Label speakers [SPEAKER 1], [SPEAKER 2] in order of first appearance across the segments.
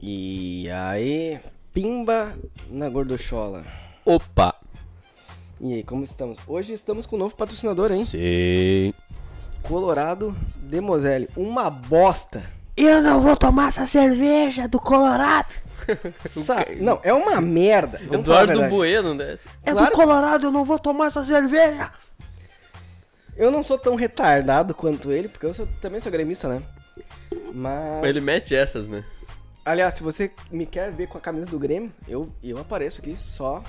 [SPEAKER 1] E aí, pimba na gordochola.
[SPEAKER 2] Opa!
[SPEAKER 1] E aí, como estamos? Hoje estamos com um novo patrocinador,
[SPEAKER 3] Hum?
[SPEAKER 1] hein?
[SPEAKER 2] Sim.
[SPEAKER 1] Colorado de Moselle. Uma bosta.
[SPEAKER 2] Eu não vou tomar essa cerveja do Colorado.
[SPEAKER 1] Sa- Não, é uma merda. Vamos falar a
[SPEAKER 3] Eduardo
[SPEAKER 1] verdade.
[SPEAKER 3] Bueno, né?
[SPEAKER 2] É
[SPEAKER 1] Claro.
[SPEAKER 2] Colorado, eu não vou tomar essa cerveja.
[SPEAKER 1] Eu não sou tão retardado quanto ele, porque eu sou- também sou gremista, né? Mas.
[SPEAKER 3] Ele mete essas, né?
[SPEAKER 1] Aliás, se você me quer ver com a camisa do Grêmio, eu, eu apareço aqui, só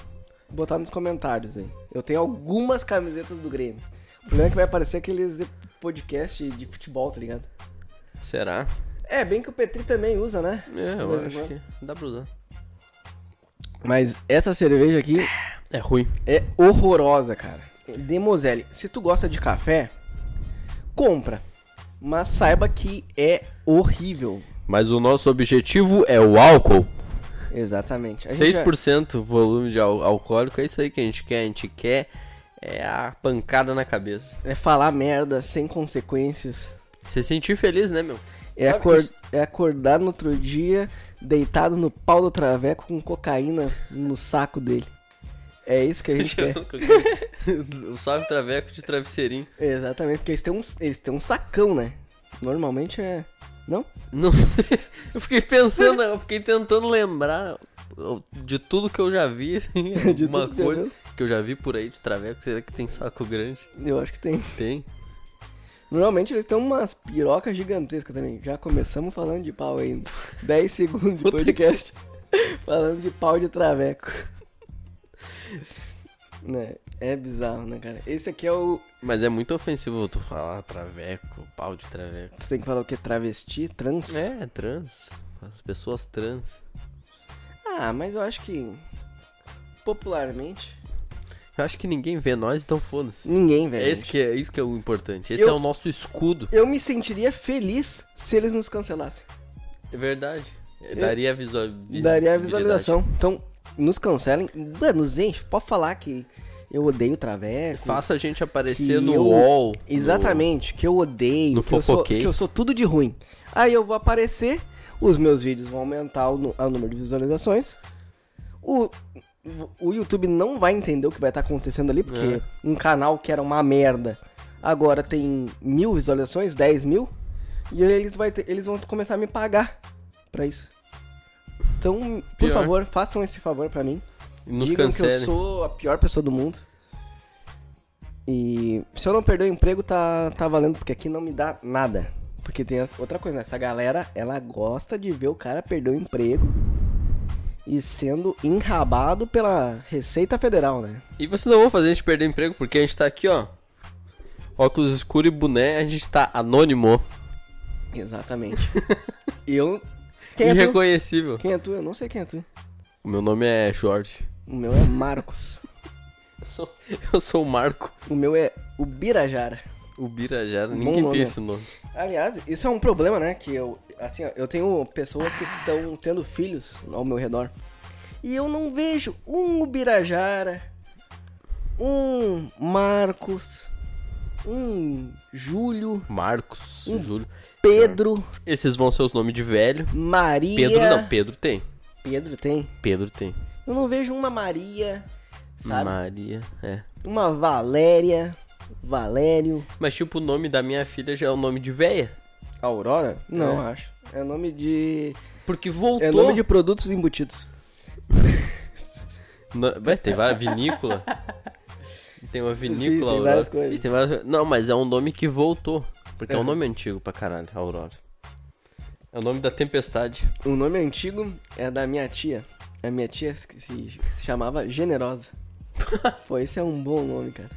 [SPEAKER 1] botar nos comentários aí. Eu tenho algumas camisetas do Grêmio. O problema é que vai aparecer aqueles podcast de futebol, tá ligado?
[SPEAKER 3] Será?
[SPEAKER 1] É, bem que o Petri também usa, né?
[SPEAKER 3] É,
[SPEAKER 1] De
[SPEAKER 3] eu
[SPEAKER 1] vez em
[SPEAKER 3] acho
[SPEAKER 1] quando.
[SPEAKER 3] que dá pra usar.
[SPEAKER 1] Mas essa cerveja aqui
[SPEAKER 3] É ruim.
[SPEAKER 1] é horrorosa, cara. De Moselle. Se tu gosta de café, compra. Mas saiba que é horrível.
[SPEAKER 3] Mas o nosso objetivo é o álcool.
[SPEAKER 1] Exatamente. A gente vai-
[SPEAKER 3] 6% volume de al- alcoólico, é isso aí que a gente quer. A gente quer é a pancada na cabeça.
[SPEAKER 1] É falar merda sem consequências.
[SPEAKER 3] Se sentir feliz, né, meu?
[SPEAKER 1] É,
[SPEAKER 3] Ah,
[SPEAKER 1] acor-
[SPEAKER 3] isso-
[SPEAKER 1] é acordar no outro dia, deitado no pau do traveco com cocaína no saco dele. É isso que a gente quer.
[SPEAKER 3] o saco traveco de travesseirinho.
[SPEAKER 1] Exatamente, porque eles têm, um, eles têm um sacão, né? Normalmente é. Não?
[SPEAKER 3] Não sei. Eu fiquei pensando, eu fiquei tentando lembrar de tudo que eu já vi, assim,
[SPEAKER 1] De
[SPEAKER 3] alguma
[SPEAKER 1] tudo que já
[SPEAKER 3] coisa
[SPEAKER 1] viu?
[SPEAKER 3] que eu já vi por aí de traveco. Será que tem saco grande?
[SPEAKER 1] Eu acho que tem.
[SPEAKER 3] Tem.
[SPEAKER 1] Normalmente eles têm umas pirocas gigantescas também. Já começamos falando de pau ainda. 10 segundos de podcast falando de pau de traveco. né? É bizarro, né, cara? Esse aqui é o.
[SPEAKER 3] Mas é muito ofensivo tu falar traveco, pau de traveco.
[SPEAKER 1] Tu tem que falar o que? Travesti? Trans?
[SPEAKER 3] É, trans. As pessoas trans.
[SPEAKER 1] Ah, mas eu acho que popularmente
[SPEAKER 3] Eu acho que ninguém vê nós, então foda-se.
[SPEAKER 1] ninguém, velho.
[SPEAKER 3] É esse que é, isso que é o importante. Esse
[SPEAKER 1] Eu-
[SPEAKER 3] é o nosso escudo.
[SPEAKER 1] Eu me sentiria feliz se eles nos cancelassem.
[SPEAKER 3] É verdade. Daria a visual... vi-
[SPEAKER 1] Daria a
[SPEAKER 3] visibilidade.
[SPEAKER 1] visualização. Então, nos cancelem. Mano, nos enche. Pode falar que eu odeio traveco.
[SPEAKER 3] Faça a gente aparecer
[SPEAKER 1] que
[SPEAKER 3] no
[SPEAKER 1] eu-
[SPEAKER 3] UOL. no-
[SPEAKER 1] Exatamente, que eu odeio,
[SPEAKER 3] no
[SPEAKER 1] que, eu sou,
[SPEAKER 3] fofoquei.
[SPEAKER 1] que eu sou tudo de ruim. Aí eu vou aparecer, os meus vídeos vão aumentar o, nu- o número de visualizações. O, o YouTube não vai entender o que vai estar acontecendo ali, porque
[SPEAKER 3] É.
[SPEAKER 1] um canal que era uma merda agora tem mil visualizações, 10 mil, e eles, vai ter- eles vão começar a me pagar pra isso. Então, por
[SPEAKER 3] Pior.
[SPEAKER 1] favor, façam esse favor pra mim.
[SPEAKER 3] Nos
[SPEAKER 1] Digam que eu
[SPEAKER 3] cancelem.
[SPEAKER 1] sou a pior pessoa do mundo. E se eu não perder o emprego, tá, tá valendo, porque aqui não me dá nada. Porque tem as- outra coisa, né? Essa galera, ela gosta de ver o cara perder o emprego e sendo enrabado pela Receita Federal, né?
[SPEAKER 3] E vocês não vão fazer a gente perder emprego, porque a gente tá aqui, ó. Óculos escuro e boné, a gente tá anônimo.
[SPEAKER 1] Exatamente. eu. Quem é, tu?
[SPEAKER 3] irreconhecível.
[SPEAKER 1] quem é tu? Eu não sei quem é tu.
[SPEAKER 3] O meu nome é Jorge.
[SPEAKER 1] O meu é Marcos.
[SPEAKER 3] Eu sou, eu sou o Marco.
[SPEAKER 1] O meu é o Birajara.
[SPEAKER 3] O Birajara,
[SPEAKER 1] Bom
[SPEAKER 3] ninguém
[SPEAKER 1] nome,
[SPEAKER 3] tem
[SPEAKER 1] né?
[SPEAKER 3] esse nome.
[SPEAKER 1] Aliás, isso é um problema, né? Que eu, assim, ó, eu tenho pessoas que estão tendo filhos ao meu redor. E eu não vejo um Ubirajara, um Marcos, um Júlio,
[SPEAKER 3] Marcos,
[SPEAKER 1] Um
[SPEAKER 3] Júlio.
[SPEAKER 1] Pedro,
[SPEAKER 3] Esses vão ser os nomes de velho.
[SPEAKER 1] Maria.
[SPEAKER 3] Pedro não, Pedro tem.
[SPEAKER 1] Pedro tem.
[SPEAKER 3] Pedro tem.
[SPEAKER 1] Eu não vejo uma Maria, sabe?
[SPEAKER 3] Maria, é.
[SPEAKER 1] Uma Valéria, Valério.
[SPEAKER 3] Mas tipo, o nome da minha filha já é o nome de véia.
[SPEAKER 1] Aurora? Não,
[SPEAKER 3] É.
[SPEAKER 1] acho. É nome de.
[SPEAKER 3] Porque voltou.
[SPEAKER 1] É nome de produtos embutidos.
[SPEAKER 3] Na- Vai, tem várias. Vinícola. Tem uma vinícola,
[SPEAKER 1] tem
[SPEAKER 3] Aurora.
[SPEAKER 1] várias coisas.
[SPEAKER 3] Ih, tem várias- Não, mas é um nome que voltou. Porque é um
[SPEAKER 1] Uhum.
[SPEAKER 3] nome antigo pra caralho, Aurora. É o nome da tempestade.
[SPEAKER 1] O nome antigo é da minha tia. A minha tia se, se- se chamava Generosa. Pô, esse é um bom nome, cara.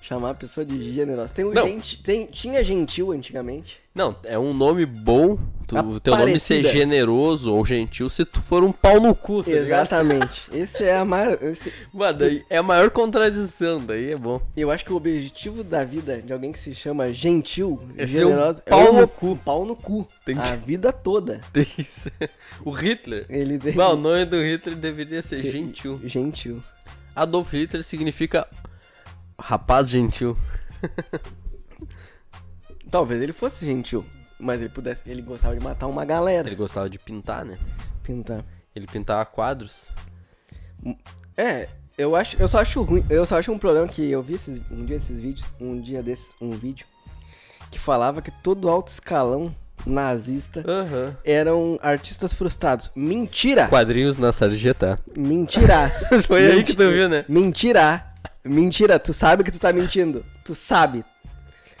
[SPEAKER 1] Chamar a pessoa de generosa. Tem, o
[SPEAKER 3] Não.
[SPEAKER 1] gente, tem Tinha gentil antigamente.
[SPEAKER 3] Não, é um nome bom.
[SPEAKER 1] Tá
[SPEAKER 3] Tu, o teu nome ser
[SPEAKER 1] Aparecida.
[SPEAKER 3] generoso ou gentil se tu for um pau no cu, tá ligado?
[SPEAKER 1] Exatamente. esse é a maior. esse-
[SPEAKER 3] Mano, daí é a maior contradição, daí é bom.
[SPEAKER 1] eu acho que o objetivo da vida de alguém que se chama gentil,
[SPEAKER 3] É ser um
[SPEAKER 1] generosa,
[SPEAKER 3] pau no
[SPEAKER 1] cu. um Pau no cu.
[SPEAKER 3] Tem que-
[SPEAKER 1] A vida toda.
[SPEAKER 3] Tem isso. O Hitler.
[SPEAKER 1] Ele tem
[SPEAKER 3] Bah, o nome do Hitler deveria ser
[SPEAKER 1] Ser-
[SPEAKER 3] gentil.
[SPEAKER 1] Gentil.
[SPEAKER 3] Adolf Hitler significa rapaz gentil.
[SPEAKER 1] Talvez ele fosse gentil. Mas ele pudesse, ele gostava de matar uma galera.
[SPEAKER 3] Ele gostava de pintar, né?
[SPEAKER 1] Pintar.
[SPEAKER 3] Ele pintava quadros.
[SPEAKER 1] É, eu acho, eu só acho ruim, eu só acho um problema que eu vi esses- um dia esses vídeos, um dia desses, um vídeo que falava que todo alto escalão nazista
[SPEAKER 3] Aham.
[SPEAKER 1] eram artistas frustrados. Mentira!
[SPEAKER 3] Quadrinhos na sarjeta.
[SPEAKER 1] Mentirás.
[SPEAKER 3] Foi aí que tu viu, né?
[SPEAKER 1] Mentira. Mentira, tu sabe que tu tá mentindo. Tu sabe.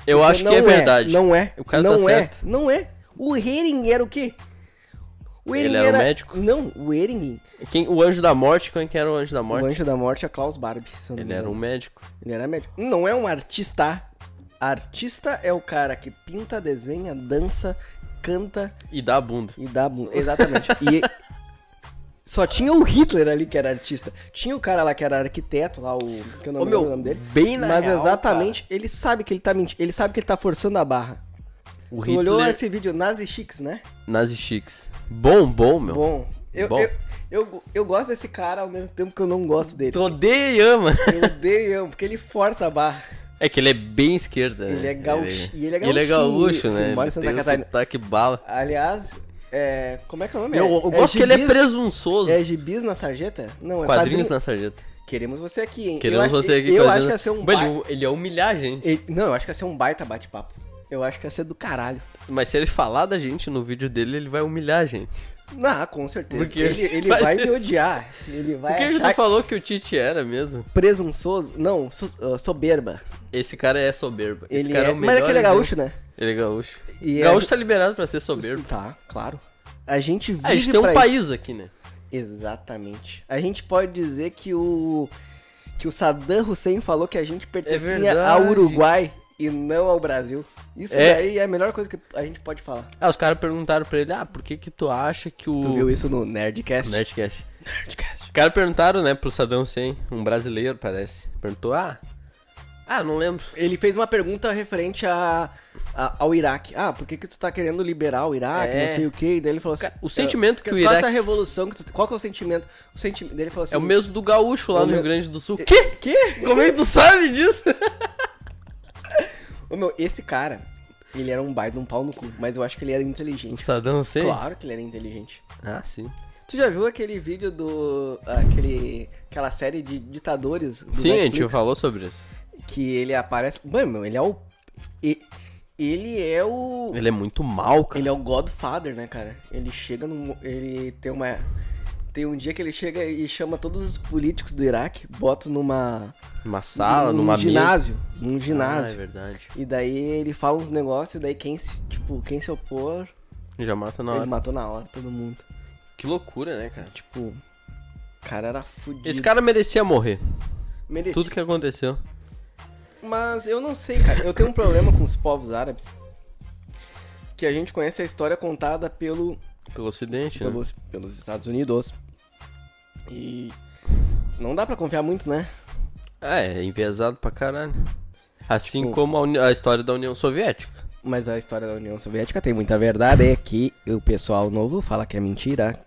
[SPEAKER 3] Eu
[SPEAKER 1] Porque
[SPEAKER 3] acho
[SPEAKER 1] não
[SPEAKER 3] que é, verdade.
[SPEAKER 1] Não é.
[SPEAKER 3] O cara
[SPEAKER 1] não
[SPEAKER 3] tá
[SPEAKER 1] é.
[SPEAKER 3] certo.
[SPEAKER 1] Não é. O Hering era o quê? O
[SPEAKER 3] Ele
[SPEAKER 1] Hering
[SPEAKER 3] era um médico?
[SPEAKER 1] Não, o Hering,
[SPEAKER 3] Quem, o anjo da morte, quem que era o anjo da
[SPEAKER 1] o
[SPEAKER 3] morte?
[SPEAKER 1] anjo da morte é Klaus Barbie. se eu não
[SPEAKER 3] Ele
[SPEAKER 1] me
[SPEAKER 3] era um
[SPEAKER 1] engano.
[SPEAKER 3] médico.
[SPEAKER 1] Ele era médico. Não é um artista. Artista é o cara que pinta, desenha, dança, canta
[SPEAKER 3] E dá a bunda.
[SPEAKER 1] e dá... bu- Exatamente. e... Só tinha o Hitler ali que era artista. Tinha o cara lá que era arquiteto, lá o... Que eu não
[SPEAKER 3] Ô,
[SPEAKER 1] me
[SPEAKER 3] meu,
[SPEAKER 1] lembro o nome dele.
[SPEAKER 3] bem na
[SPEAKER 1] Mas é
[SPEAKER 3] real,
[SPEAKER 1] exatamente, ele sabe que ele tá mentindo. Ele sabe que ele tá forçando a barra.
[SPEAKER 3] O
[SPEAKER 1] Tu olhou
[SPEAKER 3] Hitler
[SPEAKER 1] esse vídeo Nazi Chics, né?
[SPEAKER 3] nazi chiques. Bom, bom, meu.
[SPEAKER 1] Bom, eu,
[SPEAKER 3] Bom.
[SPEAKER 1] Eu, eu, eu gosto desse cara ao mesmo tempo que eu não gosto dele.
[SPEAKER 3] Tu odeia e ama.
[SPEAKER 1] Eu odeio, ele, porque ele força a barra.
[SPEAKER 3] É que ele é bem esquerda.
[SPEAKER 1] Ele
[SPEAKER 3] né?
[SPEAKER 1] é gaúcho- e ele é
[SPEAKER 3] Ele é gaúcho,
[SPEAKER 1] gaúchinho,
[SPEAKER 3] né?
[SPEAKER 1] assim, mora em
[SPEAKER 3] Ele
[SPEAKER 1] Santa
[SPEAKER 3] tem um
[SPEAKER 1] Catarina.
[SPEAKER 3] sotaque bala.
[SPEAKER 1] Aliás, é, como é que é o nome?
[SPEAKER 3] Eu,
[SPEAKER 1] É-
[SPEAKER 3] eu gosto que ele é
[SPEAKER 1] gibis-
[SPEAKER 3] presunçoso.
[SPEAKER 1] É gibis na sarjeta? Não, é
[SPEAKER 3] Quadrinhos
[SPEAKER 1] quadrinho-
[SPEAKER 3] na sarjeta.
[SPEAKER 1] Queremos você aqui, hein?
[SPEAKER 3] Queremos
[SPEAKER 1] eu acho-
[SPEAKER 3] você aqui.
[SPEAKER 1] Eu
[SPEAKER 3] quadrinhos
[SPEAKER 1] acho que
[SPEAKER 3] na-
[SPEAKER 1] ia ser um
[SPEAKER 3] Bah,
[SPEAKER 1] baita...
[SPEAKER 3] ele, ele ia humilhar a gente.
[SPEAKER 1] Não, eu acho que ia ser um baita bate-papo. Eu acho que ia ser do caralho.
[SPEAKER 3] Mas se ele falar da gente no vídeo dele, ele vai humilhar a gente.
[SPEAKER 1] Ah, com certeza.
[SPEAKER 3] Porque
[SPEAKER 1] ele
[SPEAKER 3] ele
[SPEAKER 1] ele
[SPEAKER 3] faz
[SPEAKER 1] vai me
[SPEAKER 3] isso.
[SPEAKER 1] odiar. Ele vai
[SPEAKER 3] Por que ele tá
[SPEAKER 1] achar
[SPEAKER 3] não falou que o Tite era mesmo?
[SPEAKER 1] presunçoso... Não, so- ah, soberba.
[SPEAKER 3] Esse cara é soberbo. Esse
[SPEAKER 1] Ele
[SPEAKER 3] cara
[SPEAKER 1] é...
[SPEAKER 3] é o melhor
[SPEAKER 1] Mas é que ele é
[SPEAKER 3] exemplo.
[SPEAKER 1] gaúcho, né?
[SPEAKER 3] Ele é gaúcho.
[SPEAKER 1] E é-
[SPEAKER 3] gaúcho tá liberado pra ser soberbo.
[SPEAKER 1] Tá, claro. A gente vive
[SPEAKER 3] Ah, a gente tem
[SPEAKER 1] pra
[SPEAKER 3] um
[SPEAKER 1] isso.
[SPEAKER 3] país aqui, né?
[SPEAKER 1] Exatamente. A gente pode dizer que o que o Saddam Hussein falou que a gente pertencia
[SPEAKER 3] É verdade.
[SPEAKER 1] ao Uruguai e não ao Brasil. Isso
[SPEAKER 3] É.
[SPEAKER 1] daí é a melhor coisa que a gente pode falar.
[SPEAKER 3] Ah, os caras perguntaram pra ele, ah, por que que tu acha que o...
[SPEAKER 1] Tu viu isso no Nerdcast?
[SPEAKER 3] Nerdcast.
[SPEAKER 1] Nerdcast.
[SPEAKER 3] Os caras perguntaram, né, pro Saddam Hussein, um brasileiro, parece. Perguntou, ah... Ah, não lembro.
[SPEAKER 1] Ele fez uma pergunta referente a, a- ao Iraque. Ah, por que que tu tá querendo liberar o Iraque,
[SPEAKER 3] É.
[SPEAKER 1] não sei o quê? E daí ele falou assim...
[SPEAKER 3] o sentimento que o
[SPEAKER 1] Qual essa
[SPEAKER 3] Iraque-
[SPEAKER 1] revolução que tu... Qual que é o sentimento? O sentimento... Daí ele falou assim...
[SPEAKER 3] É o mesmo do gaúcho lá
[SPEAKER 1] O
[SPEAKER 3] no
[SPEAKER 1] meu-
[SPEAKER 3] Rio Grande do Sul. Que?
[SPEAKER 1] Quê?
[SPEAKER 3] Como é que tu sabe disso?
[SPEAKER 1] Ô, meu, esse cara, ele era um baita, um pau no cu. Mas eu acho que ele era
[SPEAKER 3] O
[SPEAKER 1] inteligente.
[SPEAKER 3] Saddam Hussein?
[SPEAKER 1] Claro que ele era inteligente.
[SPEAKER 3] Ah, sim.
[SPEAKER 1] Tu já viu aquele vídeo do. aquele. aquela série de ditadores do
[SPEAKER 3] Sim, a
[SPEAKER 1] Netflix,
[SPEAKER 3] gente falou sobre isso.
[SPEAKER 1] Que ele aparece. Mano, meu, ele é o. e- Ele é o.
[SPEAKER 3] Ele é muito mal, cara.
[SPEAKER 1] Ele é o Godfather, né, cara? Ele chega num. Ele tem uma. Tem um dia que ele chega e chama todos os políticos do Iraque, bota numa.
[SPEAKER 3] Numa sala,
[SPEAKER 1] num
[SPEAKER 3] numa mesa.
[SPEAKER 1] ginásio. Num
[SPEAKER 3] Ah, é
[SPEAKER 1] ginásio.
[SPEAKER 3] verdade.
[SPEAKER 1] e daí ele fala uns negócios, e daí quem se, tipo, quem se opor,
[SPEAKER 3] Já mata na hora.
[SPEAKER 1] ele matou na hora todo mundo.
[SPEAKER 3] Que loucura, né, cara?
[SPEAKER 1] Tipo, o cara era fudido.
[SPEAKER 3] Esse cara merecia morrer.
[SPEAKER 1] merecia.
[SPEAKER 3] Tudo que aconteceu.
[SPEAKER 1] Mas eu não sei, cara. Eu tenho um problema com os povos árabes. Que a gente conhece a história contada pelo,
[SPEAKER 3] Pelo ocidente, né?
[SPEAKER 1] pelos, pelos Estados Unidos. E não dá pra confiar muito, né?
[SPEAKER 3] Ah, é, enviesado pra caralho. Assim
[SPEAKER 1] Tipo-
[SPEAKER 3] como a, Uni- a história da União Soviética.
[SPEAKER 1] Mas a história da União Soviética tem muita verdade. É que o pessoal novo fala que é mentira.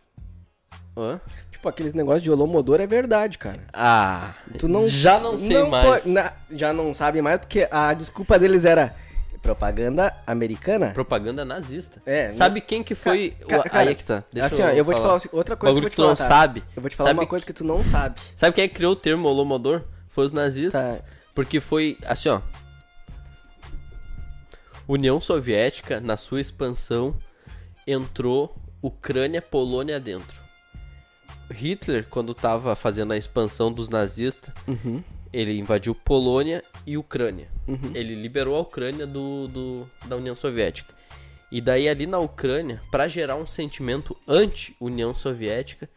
[SPEAKER 3] Hã?
[SPEAKER 1] Tipo, aqueles negócios de Olomodor é verdade, cara.
[SPEAKER 3] Ah,
[SPEAKER 1] Tu não,
[SPEAKER 3] já não sei
[SPEAKER 1] não
[SPEAKER 3] mais.
[SPEAKER 1] po- na- já não sabe mais porque a desculpa deles era propaganda americana.
[SPEAKER 3] Propaganda nazista.
[SPEAKER 1] É,
[SPEAKER 3] Sabe quem que foi...
[SPEAKER 1] Ca-
[SPEAKER 3] o-
[SPEAKER 1] cara,
[SPEAKER 3] aí que tá. Deixa
[SPEAKER 1] assim, ó, eu vou te falar assim, outra coisa
[SPEAKER 3] Bagulho
[SPEAKER 1] que
[SPEAKER 3] que
[SPEAKER 1] eu vou te
[SPEAKER 3] tu não
[SPEAKER 1] falar, tá?
[SPEAKER 3] sabe.
[SPEAKER 1] Eu vou te falar
[SPEAKER 3] Sabe
[SPEAKER 1] uma coisa que tu não sabe.
[SPEAKER 3] Sabe quem é que criou o termo holomodor? Foi os nazistas.
[SPEAKER 1] Tá.
[SPEAKER 3] Porque foi assim, ó. União Soviética, na sua expansão, entrou Ucrânia, Polônia dentro. Hitler, quando tava fazendo a expansão dos nazistas, ele invadiu Polônia e Ucrânia. Ele liberou a Ucrânia do, do- da União Soviética. E daí ali na Ucrânia, para gerar um sentimento anti-União Soviética,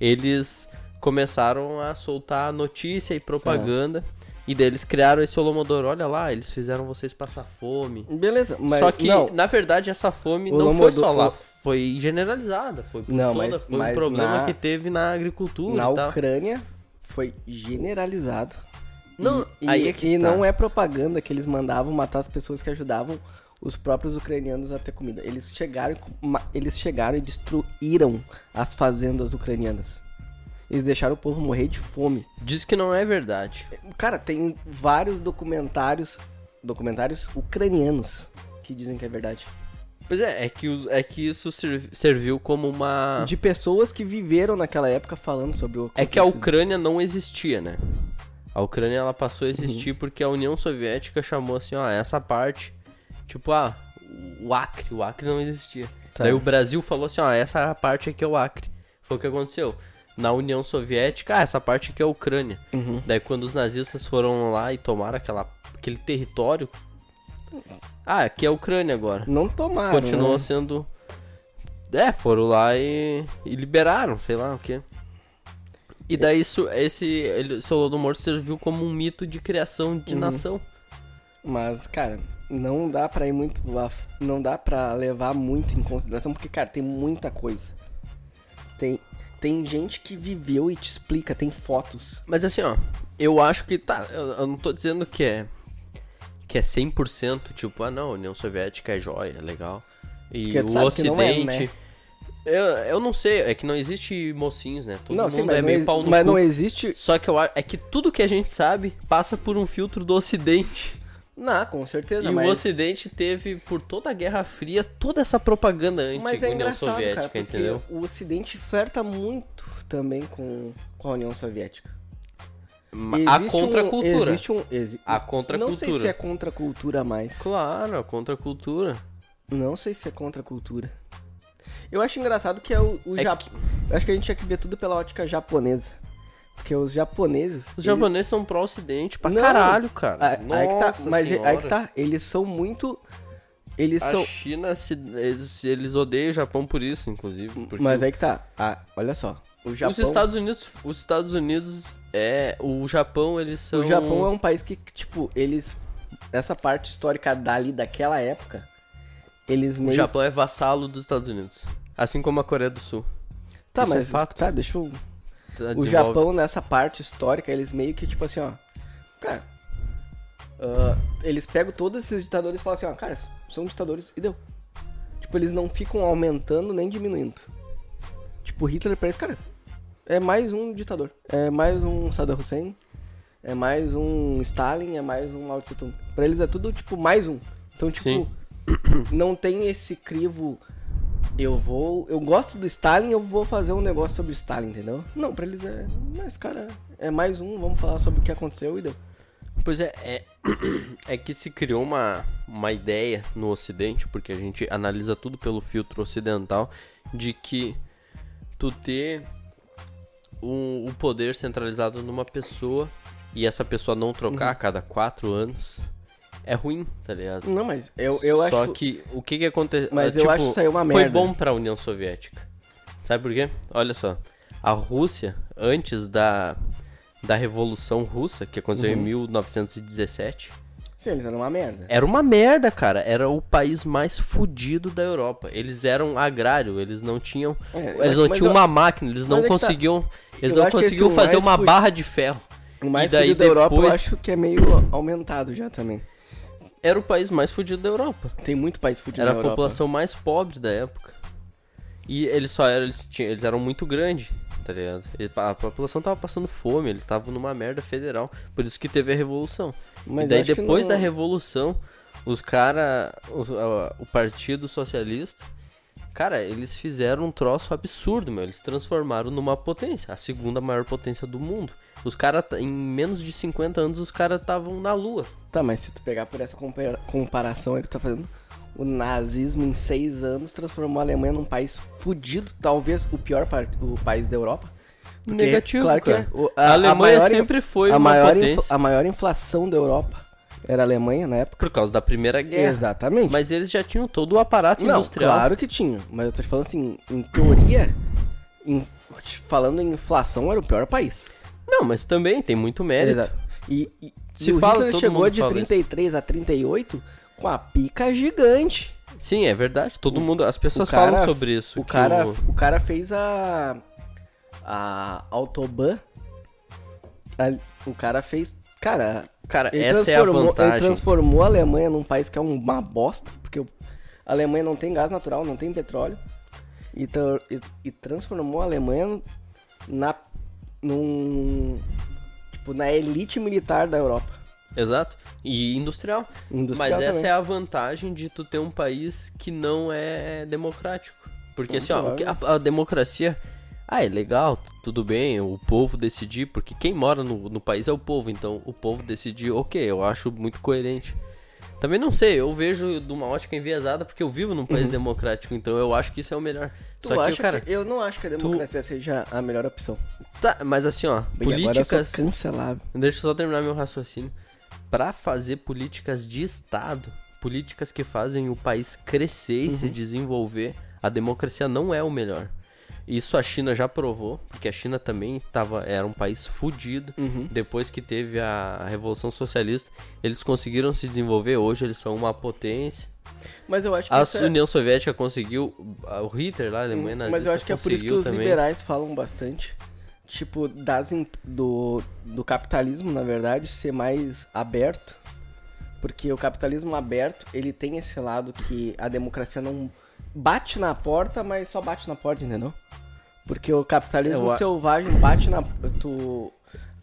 [SPEAKER 3] eles começaram a soltar notícia e propaganda. E daí eles criaram esse Holomodor, olha lá, eles fizeram vocês passar fome.
[SPEAKER 1] Beleza, mas
[SPEAKER 3] só que,
[SPEAKER 1] não,
[SPEAKER 3] na verdade, essa fome
[SPEAKER 1] O
[SPEAKER 3] não foi
[SPEAKER 1] Holomodor-
[SPEAKER 3] só lá,
[SPEAKER 1] o-
[SPEAKER 3] foi generalizada, foi por
[SPEAKER 1] Não,
[SPEAKER 3] toda,
[SPEAKER 1] mas-
[SPEAKER 3] foi
[SPEAKER 1] mas
[SPEAKER 3] um problema
[SPEAKER 1] na-
[SPEAKER 3] que teve na agricultura
[SPEAKER 1] na
[SPEAKER 3] e tal.
[SPEAKER 1] Ucrânia foi generalizado.
[SPEAKER 3] Não,
[SPEAKER 1] e,
[SPEAKER 3] aí é que
[SPEAKER 1] e
[SPEAKER 3] tá.
[SPEAKER 1] não é propaganda que eles mandavam matar as pessoas que ajudavam os próprios ucranianos a ter comida. Eles chegaram, e co- ma- eles chegaram e destruíram as fazendas ucranianas. Eles deixaram o povo morrer de fome.
[SPEAKER 3] Diz que não é verdade.
[SPEAKER 1] Cara, tem vários documentários, documentários ucranianos que dizem que é verdade.
[SPEAKER 3] Pois é, é que, os- é que isso serv- serviu como uma.
[SPEAKER 1] De pessoas que viveram naquela época falando sobre o
[SPEAKER 3] É que a
[SPEAKER 1] acontecido.
[SPEAKER 3] Ucrânia não existia, né? A Ucrânia ela passou a existir porque a União Soviética chamou assim, ó, essa parte, tipo, ah, o Acre, o Acre não existia.
[SPEAKER 1] Tá.
[SPEAKER 3] Daí o Brasil falou assim, ó, essa parte aqui é o Acre. Foi o que aconteceu. Na União Soviética, ah, essa parte aqui é a Ucrânia. Daí quando os nazistas foram lá e tomaram aquela, aquele território, ah, aqui é a Ucrânia agora.
[SPEAKER 1] Não tomaram.
[SPEAKER 3] Continuou
[SPEAKER 1] né?
[SPEAKER 3] sendo... É, foram lá e, e liberaram, sei lá o quê. E daí isso, esse, ele, esse Holodomor serviu como um mito de criação de
[SPEAKER 1] Uhum.
[SPEAKER 3] nação.
[SPEAKER 1] Mas, cara, não dá pra ir muito. a- Não dá pra levar muito em consideração, porque, cara, tem muita coisa. Tem, tem gente que viveu e te explica, tem fotos.
[SPEAKER 3] Mas assim, ó, eu acho que tá, eu, eu não tô dizendo que é que é 100%, tipo, ah não, a União Soviética é joia, é legal. E
[SPEAKER 1] Porque tu
[SPEAKER 3] o
[SPEAKER 1] sabe que não é,
[SPEAKER 3] Ocidente...
[SPEAKER 1] né?
[SPEAKER 3] eu, eu não sei, é que não existe mocinhos, né? Todo mundo
[SPEAKER 1] sim,
[SPEAKER 3] é meio
[SPEAKER 1] não,
[SPEAKER 3] pau no
[SPEAKER 1] mas
[SPEAKER 3] cu.
[SPEAKER 1] não existe.
[SPEAKER 3] Só que eu, a- é que tudo que a gente sabe passa por um filtro do Ocidente.
[SPEAKER 1] Não, com certeza,
[SPEAKER 3] E
[SPEAKER 1] mas.
[SPEAKER 3] o Ocidente teve, por toda a Guerra Fria, toda essa propaganda
[SPEAKER 1] Mas é
[SPEAKER 3] anti-União
[SPEAKER 1] engraçado,
[SPEAKER 3] Soviética,
[SPEAKER 1] cara, porque
[SPEAKER 3] entendeu?
[SPEAKER 1] o Ocidente flerta muito também com, com a União Soviética. E
[SPEAKER 3] A
[SPEAKER 1] existe um-
[SPEAKER 3] contracultura.
[SPEAKER 1] existe um, exi-
[SPEAKER 3] A
[SPEAKER 1] Não
[SPEAKER 3] contracultura.
[SPEAKER 1] sei se é contracultura mais.
[SPEAKER 3] Claro, a contracultura.
[SPEAKER 1] Não sei se é contracultura. Eu acho engraçado que é o, o
[SPEAKER 3] É
[SPEAKER 1] Jap-
[SPEAKER 3] que-
[SPEAKER 1] Eu acho que a gente tinha que ver tudo pela ótica japonesa. Porque os japoneses...
[SPEAKER 3] Os
[SPEAKER 1] eles-
[SPEAKER 3] japoneses são pró-Ocidente pra
[SPEAKER 1] Não.
[SPEAKER 3] caralho, cara.
[SPEAKER 1] Ah, aí que tá,
[SPEAKER 3] Nossa
[SPEAKER 1] mas
[SPEAKER 3] senhora.
[SPEAKER 1] aí que tá, eles são muito... Eles
[SPEAKER 3] A
[SPEAKER 1] são...
[SPEAKER 3] China, se- eles, eles odeiam o Japão por isso, inclusive. porque
[SPEAKER 1] Mas aí que tá. Ah, olha só. O Japão,
[SPEAKER 3] Os Estados Unidos, os Estados Unidos é o Japão, eles são
[SPEAKER 1] o Japão é um país que, tipo, eles... Essa parte histórica dali, daquela época, eles
[SPEAKER 3] o
[SPEAKER 1] meio...
[SPEAKER 3] Japão é vassalo dos Estados Unidos, assim como a Coreia do Sul. Tá
[SPEAKER 1] tá,
[SPEAKER 3] isso é
[SPEAKER 1] mas...
[SPEAKER 3] fato.
[SPEAKER 1] Tá, deixa eu... O
[SPEAKER 3] Desenvolve-
[SPEAKER 1] Japão, nessa parte histórica, eles meio que, tipo assim, ó. Cara. ah, eles pegam todos esses ditadores e falam assim, ó, cara, são ditadores e deu. Tipo, eles não ficam aumentando nem diminuindo. Tipo, Hitler pra eles, cara, é mais um ditador. É mais um Saddam Hussein. É mais um Stalin, é mais um Mao Tse Tung. Pra eles é tudo, tipo, mais um. Então, tipo,
[SPEAKER 3] Sim.
[SPEAKER 1] não tem esse crivo. Eu vou. Eu gosto do Stalin, eu vou fazer um negócio sobre o Stalin, entendeu? Não, pra eles é. Não, esse cara é mais um, vamos falar sobre o que aconteceu e deu.
[SPEAKER 3] Pois é, é, é que se criou uma, uma ideia no Ocidente, porque a gente analisa tudo pelo filtro ocidental, de que tu ter um- o poder centralizado numa pessoa e essa pessoa não trocar a cada quatro anos é ruim, tá ligado?
[SPEAKER 1] Não, mas eu, eu acho.
[SPEAKER 3] Só que o que que aconteceu?
[SPEAKER 1] Mas eu acho isso aí uma
[SPEAKER 3] Foi
[SPEAKER 1] merda.
[SPEAKER 3] bom pra União Soviética. Sabe por quê? Olha só. A Rússia, antes da, da Revolução Russa, que aconteceu
[SPEAKER 1] Uhum.
[SPEAKER 3] em 1917,
[SPEAKER 1] Sim, eles eram uma merda.
[SPEAKER 3] era uma merda, cara. Era o país mais fudido da Europa. Eles eram agrário, eles não tinham.
[SPEAKER 1] É, eu
[SPEAKER 3] eles
[SPEAKER 1] acho-
[SPEAKER 3] não
[SPEAKER 1] mas
[SPEAKER 3] tinham
[SPEAKER 1] eu-
[SPEAKER 3] uma máquina, eles não
[SPEAKER 1] é que tá.
[SPEAKER 3] conseguiam. Eles
[SPEAKER 1] Eu
[SPEAKER 3] não
[SPEAKER 1] acho que esse
[SPEAKER 3] conseguiam
[SPEAKER 1] o
[SPEAKER 3] fazer
[SPEAKER 1] mais
[SPEAKER 3] uma
[SPEAKER 1] fudi-
[SPEAKER 3] barra de ferro.
[SPEAKER 1] O mais
[SPEAKER 3] É, e daí
[SPEAKER 1] fudido da Europa eu
[SPEAKER 3] depois-
[SPEAKER 1] acho que é meio aumentado já também.
[SPEAKER 3] Era o país mais fudido da Europa.
[SPEAKER 1] Tem muito país fudido
[SPEAKER 3] Era a
[SPEAKER 1] na Europa.
[SPEAKER 3] população mais pobre da época. E eles só eram, eles, tinham, eles eram muito grandes, tá ligado? Ele- a população tava passando fome, eles estavam numa merda federal. Por isso que teve a Revolução.
[SPEAKER 1] Mas
[SPEAKER 3] e daí
[SPEAKER 1] eu acho que
[SPEAKER 3] depois
[SPEAKER 1] não-
[SPEAKER 3] da Revolução, os cara. os- a- o Partido Socialista. Cara, eles fizeram um troço absurdo, meu. Eles transformaram numa potência, a segunda maior potência do mundo. Os caras, em menos de 50 anos, os caras estavam na lua.
[SPEAKER 1] Tá, mas se tu pegar por essa compara- comparação aí que tu tá fazendo, o nazismo em seis anos transformou a Alemanha num país fudido, talvez o pior par- o país da Europa. Porque,
[SPEAKER 3] Negativo,
[SPEAKER 1] claro que
[SPEAKER 3] cara.
[SPEAKER 1] é. O-
[SPEAKER 3] A Alemanha sempre foi
[SPEAKER 1] a
[SPEAKER 3] uma
[SPEAKER 1] maior
[SPEAKER 3] potência.
[SPEAKER 1] infla- A maior inflação da Europa era a Alemanha na época.
[SPEAKER 3] Por causa da Primeira Guerra.
[SPEAKER 1] Exatamente.
[SPEAKER 3] É. Mas eles já tinham todo o aparato
[SPEAKER 1] Não,
[SPEAKER 3] industrial.
[SPEAKER 1] claro que tinha. Mas eu tô te falando assim, em teoria, em- falando em inflação, era o pior país.
[SPEAKER 3] Não, mas também tem muito mérito.
[SPEAKER 1] Exato. E, e
[SPEAKER 3] Se
[SPEAKER 1] e o
[SPEAKER 3] fala,
[SPEAKER 1] Hitler
[SPEAKER 3] todo
[SPEAKER 1] chegou
[SPEAKER 3] mundo
[SPEAKER 1] de
[SPEAKER 3] fala
[SPEAKER 1] 33 a 38 com a pica gigante.
[SPEAKER 3] Sim, é verdade. Todo mundo. As
[SPEAKER 1] O
[SPEAKER 3] pessoas
[SPEAKER 1] cara-
[SPEAKER 3] falam sobre isso.
[SPEAKER 1] O
[SPEAKER 3] que
[SPEAKER 1] cara,
[SPEAKER 3] o-
[SPEAKER 1] o... cara fez a. A Autobahn. A- o cara fez. Cara.
[SPEAKER 3] Cara,
[SPEAKER 1] ele
[SPEAKER 3] essa é a
[SPEAKER 1] transformou-
[SPEAKER 3] vantagem.
[SPEAKER 1] Ele transformou a Alemanha num país que é uma bosta, porque o- a Alemanha não tem gás natural, não tem petróleo. E, tra- e- e transformou a Alemanha na. num. Tipo, na elite militar da Europa.
[SPEAKER 3] Exato. E industrial.
[SPEAKER 1] Industrial
[SPEAKER 3] Mas essa
[SPEAKER 1] também.
[SPEAKER 3] é a vantagem de tu ter um país que não é democrático. Porque assim, ó, o que- a, a democracia. Ah, é legal, t- tudo bem, o povo decidir, porque quem mora no, no país é o povo, então o povo decidir, ok, eu acho muito coerente. Também não sei, eu vejo de uma ótica enviesada, porque eu vivo num país
[SPEAKER 1] Uhum.
[SPEAKER 3] democrático, então eu acho que isso é o melhor.
[SPEAKER 1] Tu
[SPEAKER 3] Só
[SPEAKER 1] acha
[SPEAKER 3] que, cara,
[SPEAKER 1] eu não acho que a democracia seja a melhor opção.
[SPEAKER 3] tá, mas assim, ó,
[SPEAKER 1] Bem, agora eu
[SPEAKER 3] políticas.
[SPEAKER 1] sou cancelável.
[SPEAKER 3] Deixa eu só terminar meu raciocínio. Pra fazer políticas de Estado, políticas que fazem o país crescer e se
[SPEAKER 1] Uhum.
[SPEAKER 3] desenvolver, a democracia não é o melhor. Isso a China já provou, porque a China também tava, era um país fudido.
[SPEAKER 1] Uhum.
[SPEAKER 3] Depois que teve a Revolução Socialista, eles conseguiram se desenvolver. Hoje eles são uma potência.
[SPEAKER 1] Mas eu acho que
[SPEAKER 3] A
[SPEAKER 1] isso é-
[SPEAKER 3] União Soviética conseguiu, o Hitler lá, a Alemanha nazista
[SPEAKER 1] Mas eu acho que é por isso que
[SPEAKER 3] conseguiu
[SPEAKER 1] os
[SPEAKER 3] também.
[SPEAKER 1] liberais falam bastante. Tipo, das imp- do, do capitalismo, na verdade, ser mais aberto. Porque o capitalismo aberto, ele tem esse lado que a democracia não bate na porta, mas só bate na porta, entendeu? Porque o capitalismo
[SPEAKER 3] Eu a-
[SPEAKER 1] selvagem bate na. Tu,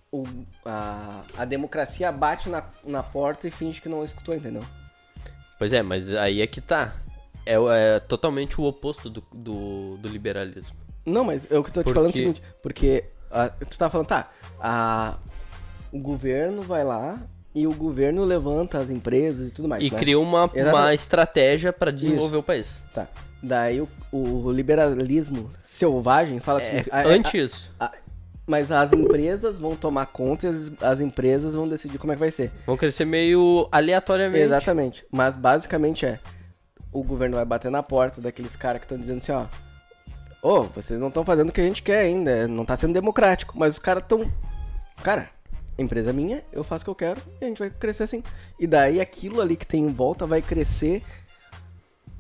[SPEAKER 1] o, a, a democracia bate na, na porta e finge que não escutou, entendeu?
[SPEAKER 3] Pois é, mas aí é que tá. É, o- é totalmente o oposto do, do, do liberalismo.
[SPEAKER 1] Não, mas eu que tô te
[SPEAKER 3] Porque-
[SPEAKER 1] falando é o seguinte, porque ah, tu tá falando, tá, a, o governo vai lá e o governo levanta as empresas e tudo mais,
[SPEAKER 3] E
[SPEAKER 1] né?
[SPEAKER 3] criou uma, uma
[SPEAKER 1] Exatamente.
[SPEAKER 3] estratégia pra desenvolver o país.
[SPEAKER 1] Tá. Daí o, o liberalismo selvagem fala
[SPEAKER 3] É,
[SPEAKER 1] assim... a- a-
[SPEAKER 3] antes isso.
[SPEAKER 1] a- mas as empresas vão tomar conta e as, as empresas vão decidir como é que vai ser.
[SPEAKER 3] Vão crescer meio aleatoriamente.
[SPEAKER 1] Exatamente. Mas basicamente é, o governo vai bater na porta daqueles caras que estão dizendo assim, ó... Ô, vocês não estão fazendo o que a gente quer ainda, não tá sendo democrático, mas os caras estão... Cara, empresa é minha, eu faço o que eu quero e a gente vai crescer assim. E daí aquilo ali que tem em volta vai crescer,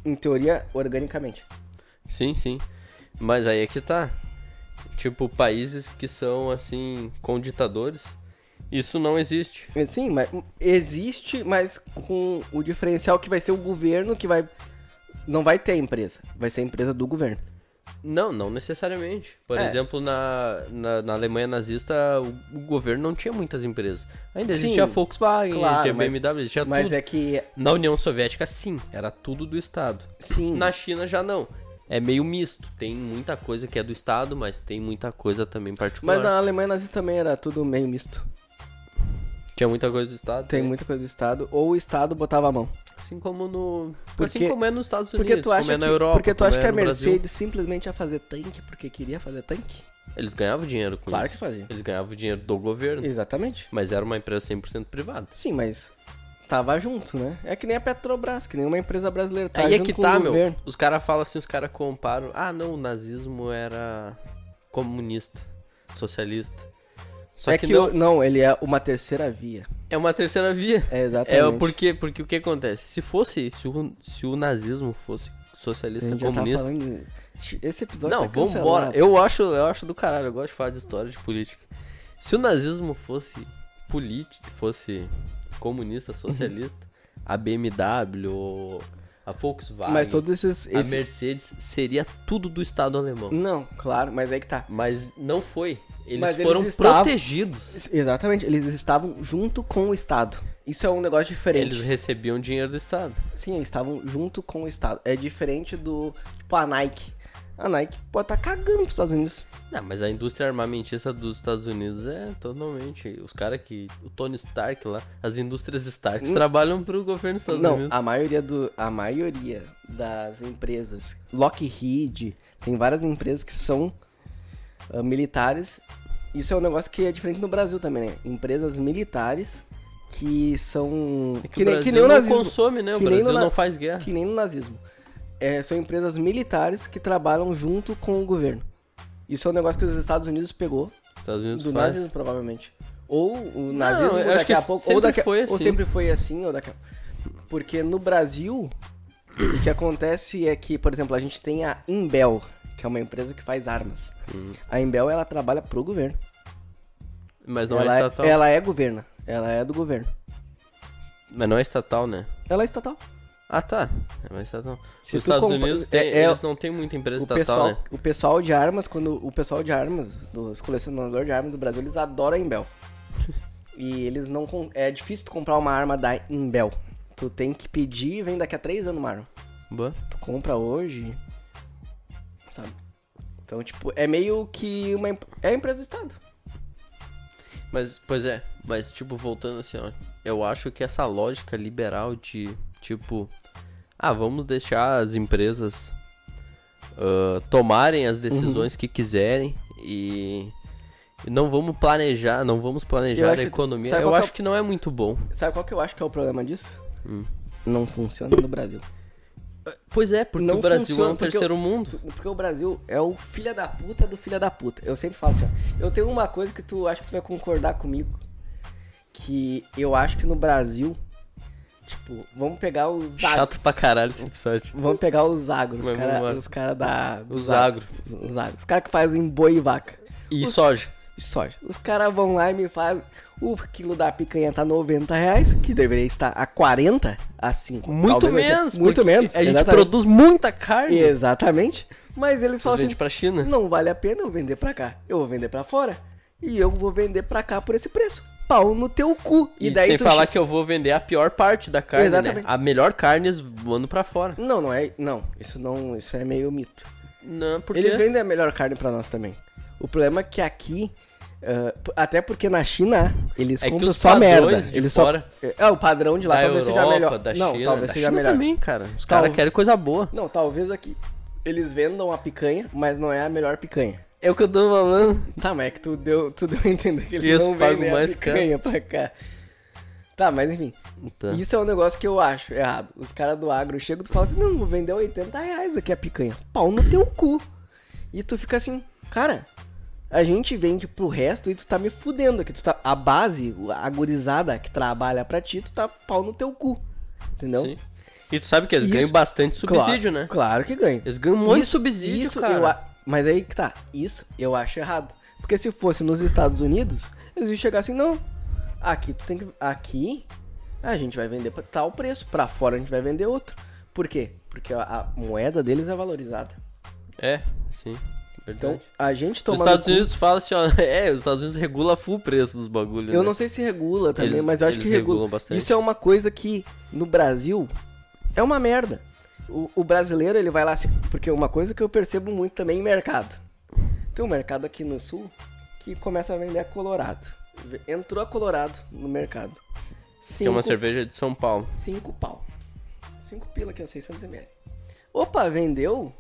[SPEAKER 1] em teoria, organicamente.
[SPEAKER 3] Sim, sim. Mas aí é que tá. Tipo, países que são, assim, com ditadores, isso não existe.
[SPEAKER 1] E Sim, mas existe, mas com o diferencial que vai ser o governo que vai... Não vai ter a empresa, vai ser a empresa do governo.
[SPEAKER 3] Não, não necessariamente. Por
[SPEAKER 1] É.
[SPEAKER 3] exemplo, na, na, na Alemanha nazista, o, o governo não tinha muitas empresas. Ainda
[SPEAKER 1] Sim,
[SPEAKER 3] existia a Volkswagen,
[SPEAKER 1] claro,
[SPEAKER 3] existia
[SPEAKER 1] mas-
[SPEAKER 3] BMW, existia
[SPEAKER 1] mas
[SPEAKER 3] tudo.
[SPEAKER 1] é que...
[SPEAKER 3] Na União Soviética, sim, era tudo do Estado.
[SPEAKER 1] Sim.
[SPEAKER 3] Na China já não. É meio misto. Tem muita coisa que é do Estado, mas tem muita coisa também particular.
[SPEAKER 1] Mas na Alemanha nazista também era tudo meio misto.
[SPEAKER 3] Tinha muita coisa do Estado.
[SPEAKER 1] Tem
[SPEAKER 3] né?
[SPEAKER 1] muita coisa do Estado, ou o Estado botava a mão.
[SPEAKER 3] Assim como no. assim
[SPEAKER 1] Porque-
[SPEAKER 3] como é nos Estados Unidos,
[SPEAKER 1] Porque tu acha
[SPEAKER 3] como é na
[SPEAKER 1] que,
[SPEAKER 3] Europa.
[SPEAKER 1] porque tu
[SPEAKER 3] como
[SPEAKER 1] acha
[SPEAKER 3] é
[SPEAKER 1] que a
[SPEAKER 3] no Brasil.
[SPEAKER 1] Mercedes simplesmente ia fazer tanque porque queria fazer tanque?
[SPEAKER 3] Eles ganhavam dinheiro com
[SPEAKER 1] Claro
[SPEAKER 3] isso.
[SPEAKER 1] que fazia.
[SPEAKER 3] Eles ganhavam dinheiro do governo.
[SPEAKER 1] Exatamente.
[SPEAKER 3] Mas era uma empresa 100% privada.
[SPEAKER 1] Sim, mas tava junto, né? É que nem a Petrobras, que nem uma empresa brasileira. Tá
[SPEAKER 3] Aí é
[SPEAKER 1] junto
[SPEAKER 3] que
[SPEAKER 1] com
[SPEAKER 3] tá,
[SPEAKER 1] o
[SPEAKER 3] meu.
[SPEAKER 1] governo.
[SPEAKER 3] Os caras falam assim, os caras comparam. Ah, não, o nazismo era comunista, socialista. Só
[SPEAKER 1] é
[SPEAKER 3] que,
[SPEAKER 1] que,
[SPEAKER 3] não,
[SPEAKER 1] o- não, ele é uma terceira via.
[SPEAKER 3] é uma terceira via.
[SPEAKER 1] É,
[SPEAKER 3] É
[SPEAKER 1] exatamente.
[SPEAKER 3] porque, porque o que acontece? Se fosse, se o, se o nazismo fosse
[SPEAKER 1] A
[SPEAKER 3] socialista
[SPEAKER 1] gente já tá
[SPEAKER 3] comunista.
[SPEAKER 1] falando de- Esse episódio
[SPEAKER 3] Não,
[SPEAKER 1] tá cancelado.
[SPEAKER 3] vambora. Eu acho, eu acho do caralho, eu gosto de falar de história de política. Se o nazismo fosse político, fosse comunista,
[SPEAKER 1] Uhum.
[SPEAKER 3] socialista, a BMW, a Volkswagen,
[SPEAKER 1] Mas todos esses...
[SPEAKER 3] a
[SPEAKER 1] esse-
[SPEAKER 3] Mercedes seria tudo do Estado alemão.
[SPEAKER 1] Não, claro, mas é que tá.
[SPEAKER 3] Mas não foi. Eles
[SPEAKER 1] Mas eles
[SPEAKER 3] foram
[SPEAKER 1] estavam-
[SPEAKER 3] protegidos.
[SPEAKER 1] Exatamente, eles estavam junto com o Estado. Isso é um negócio diferente.
[SPEAKER 3] Eles recebiam dinheiro do Estado.
[SPEAKER 1] Sim, eles estavam junto com o Estado. É diferente do, tipo, a Nike. A Nike pode estar cagando pros Estados Unidos.
[SPEAKER 3] Não, mas a indústria armamentista dos Estados Unidos é totalmente. Os caras que. O Tony Stark lá, as indústrias Stark trabalham pro governo dos Estados
[SPEAKER 1] Hum. Não,
[SPEAKER 3] Unidos.
[SPEAKER 1] a maioria, do, a maioria das empresas, Lockheed, tem várias empresas que são ah, militares. Isso é um negócio que é diferente no Brasil também, né? Empresas militares que são...
[SPEAKER 3] É que,
[SPEAKER 1] que,
[SPEAKER 3] o
[SPEAKER 1] nem,
[SPEAKER 3] Brasil
[SPEAKER 1] que nem o
[SPEAKER 3] não
[SPEAKER 1] nazismo.
[SPEAKER 3] consome, né? O
[SPEAKER 1] Que nem
[SPEAKER 3] Brasil
[SPEAKER 1] no na-
[SPEAKER 3] não faz guerra.
[SPEAKER 1] Que nem no nazismo. É, são empresas militares que trabalham junto com o governo. Isso é um negócio que os Estados Unidos pegou
[SPEAKER 3] Os Estados Unidos
[SPEAKER 1] Do
[SPEAKER 3] faz.
[SPEAKER 1] nazismo, provavelmente. Ou o nazismo
[SPEAKER 3] eu
[SPEAKER 1] ou
[SPEAKER 3] acho
[SPEAKER 1] daqui
[SPEAKER 3] que
[SPEAKER 1] a pouco.
[SPEAKER 3] sempre
[SPEAKER 1] Ou, daqui, a-
[SPEAKER 3] foi
[SPEAKER 1] ou
[SPEAKER 3] assim.
[SPEAKER 1] sempre foi assim, ou daqui a... Porque no Brasil, o que acontece é que, por exemplo, a gente tem a Imbel, que é uma empresa que faz armas.
[SPEAKER 3] Hum.
[SPEAKER 1] A Imbel, ela trabalha pro governo.
[SPEAKER 3] Mas não
[SPEAKER 1] ela,
[SPEAKER 3] é estatal.
[SPEAKER 1] ela é governa. Ela é do governo.
[SPEAKER 3] Mas não é estatal, né?
[SPEAKER 1] Ela é estatal.
[SPEAKER 3] Ah, tá. É, mas estatal.
[SPEAKER 1] Se
[SPEAKER 3] os
[SPEAKER 1] tu
[SPEAKER 3] Estados
[SPEAKER 1] compra-
[SPEAKER 3] Unidos
[SPEAKER 1] é-
[SPEAKER 3] tem-
[SPEAKER 1] é-
[SPEAKER 3] eles não têm muita empresa
[SPEAKER 1] O
[SPEAKER 3] estatal,
[SPEAKER 1] pessoal,
[SPEAKER 3] né?
[SPEAKER 1] o pessoal de armas, quando o pessoal de armas, dos colecionadores de armas do Brasil, eles adoram a Imbel. E eles não. con- É difícil tu comprar uma arma da Imbel. Tu tem que pedir e vem daqui a três anos uma arma.
[SPEAKER 3] Bah.
[SPEAKER 1] Tu compra hoje. Sabe? Então, tipo, é meio que uma. em- É a empresa do Estado.
[SPEAKER 3] Mas, pois é, mas tipo, voltando assim, ó, eu acho que essa lógica liberal de, tipo, ah, vamos deixar as empresas ah, tomarem as decisões
[SPEAKER 1] Uhum.
[SPEAKER 3] que quiserem e, e não vamos planejar, não vamos
[SPEAKER 1] Eu
[SPEAKER 3] planejar
[SPEAKER 1] acho
[SPEAKER 3] a
[SPEAKER 1] que-
[SPEAKER 3] economia.
[SPEAKER 1] sabe
[SPEAKER 3] eu
[SPEAKER 1] qual que é
[SPEAKER 3] acho
[SPEAKER 1] o-
[SPEAKER 3] que não é muito bom.
[SPEAKER 1] Sabe qual que eu acho que é o problema disso?
[SPEAKER 3] Hum.
[SPEAKER 1] Não funciona no Brasil.
[SPEAKER 3] Pois é, porque
[SPEAKER 1] Não
[SPEAKER 3] o Brasil
[SPEAKER 1] funciona,
[SPEAKER 3] é um
[SPEAKER 1] porque eu-
[SPEAKER 3] terceiro mundo.
[SPEAKER 1] Porque o Brasil é o filha da puta do filha da puta. Eu sempre falo assim, ó. Eu tenho uma coisa que tu acho que tu vai concordar comigo. Que eu acho que no Brasil, tipo, vamos pegar os agros.
[SPEAKER 3] Chato pra caralho esse episódio.
[SPEAKER 1] Vamos pegar os agros, os
[SPEAKER 3] Mas
[SPEAKER 1] cara,
[SPEAKER 3] vamos lá.
[SPEAKER 1] os cara da. dos
[SPEAKER 3] Os agro.
[SPEAKER 1] Os, os agros. Os caras que fazem boi e vaca.
[SPEAKER 3] E soja.
[SPEAKER 1] e soja. Os caras vão lá e me fazem. O quilo da picanha tá 90 reais, que deveria estar a 40, a 5.
[SPEAKER 3] Muito
[SPEAKER 1] talvez oitenta.
[SPEAKER 3] menos.
[SPEAKER 1] Muito
[SPEAKER 3] porque
[SPEAKER 1] menos.
[SPEAKER 3] A gente
[SPEAKER 1] exatamente.
[SPEAKER 3] produz muita carne.
[SPEAKER 1] Exatamente. Mas eles falam assim:
[SPEAKER 3] Vende pra China.
[SPEAKER 1] não vale a pena eu vender pra cá. Eu vou vender pra fora. E eu vou vender pra cá por esse preço. Pau no teu cu. E,
[SPEAKER 3] E,
[SPEAKER 1] daí
[SPEAKER 3] sem
[SPEAKER 1] tu
[SPEAKER 3] falar
[SPEAKER 1] che-
[SPEAKER 3] que eu vou vender a pior parte da carne,
[SPEAKER 1] Exatamente.
[SPEAKER 3] né? A melhor carne eles mandam pra fora.
[SPEAKER 1] Não, não é. Não, isso não. Isso é meio mito.
[SPEAKER 3] Não, porque...
[SPEAKER 1] Eles vendem a melhor carne pra nós também. O problema é que aqui. ah, p- até porque na China eles
[SPEAKER 3] É que
[SPEAKER 1] compram
[SPEAKER 3] os
[SPEAKER 1] só
[SPEAKER 3] padrões
[SPEAKER 1] merda.
[SPEAKER 3] de
[SPEAKER 1] Eles
[SPEAKER 3] fora-
[SPEAKER 1] só. É, o padrão de lá
[SPEAKER 3] da
[SPEAKER 1] talvez
[SPEAKER 3] Europa,
[SPEAKER 1] seja melhor.
[SPEAKER 3] da
[SPEAKER 1] não,
[SPEAKER 3] China,
[SPEAKER 1] talvez
[SPEAKER 3] da
[SPEAKER 1] seja
[SPEAKER 3] China
[SPEAKER 1] melhor. Então,
[SPEAKER 3] também, cara. Os
[SPEAKER 1] Tal-
[SPEAKER 3] caras querem coisa boa.
[SPEAKER 1] Não, talvez aqui eles vendam a picanha, mas não é a melhor picanha.
[SPEAKER 3] É o que eu tô falando.
[SPEAKER 1] Tá, mas é que tu deu, tu deu a entender que eles
[SPEAKER 3] Isso,
[SPEAKER 1] não
[SPEAKER 3] pago
[SPEAKER 1] vendem
[SPEAKER 3] mais
[SPEAKER 1] a picanha pra cá. Tá, mas enfim.
[SPEAKER 3] Tá.
[SPEAKER 1] Isso é um negócio que eu acho errado. Os caras do agro chegam e falam assim, não, vou vender 80 reais aqui a picanha. Pau no teu cu. E tu fica assim, cara, a gente vende pro resto e tu tá me fudendo aqui. Tu tá, a base, a gurizada que trabalha pra ti, tu tá pau no teu cu. Entendeu?
[SPEAKER 3] Sim. E tu sabe que eles
[SPEAKER 1] Isso-
[SPEAKER 3] ganham bastante subsídio,
[SPEAKER 1] claro,
[SPEAKER 3] né?
[SPEAKER 1] Claro que ganha.
[SPEAKER 3] Eles ganham um monte de subsídio,
[SPEAKER 1] isso
[SPEAKER 3] cara.
[SPEAKER 1] eu a- mas aí que tá. Isso eu acho errado. Porque se fosse nos Estados Unidos, eles iam chegar assim, não. Aqui tu tem que. Aqui a gente vai vender pra tal preço. Pra fora a gente vai vender outro. Por quê? Porque a, a moeda deles é valorizada.
[SPEAKER 3] É, sim. Verdade.
[SPEAKER 1] Então, a gente
[SPEAKER 3] os
[SPEAKER 1] tomando.
[SPEAKER 3] Estados
[SPEAKER 1] cu-
[SPEAKER 3] Unidos fala assim, ó... É, os Estados Unidos regula full o preço dos bagulhos,
[SPEAKER 1] Eu
[SPEAKER 3] né?
[SPEAKER 1] não sei se regula também,
[SPEAKER 3] Eles-
[SPEAKER 1] mas eu acho
[SPEAKER 3] eles
[SPEAKER 1] que regula.
[SPEAKER 3] regulam bastante.
[SPEAKER 1] Isso é uma coisa que no Brasil é uma merda. O, o brasileiro, ele vai lá assim, porque uma coisa que eu percebo muito também em mercado. Tem um mercado aqui no sul que começa a vender a Colorado. Entrou a Colorado no mercado. Cinco,
[SPEAKER 3] Que é uma cerveja de São Paulo.
[SPEAKER 1] cinco pau. Cinco pila que é 600 ml. Opa, vendeu?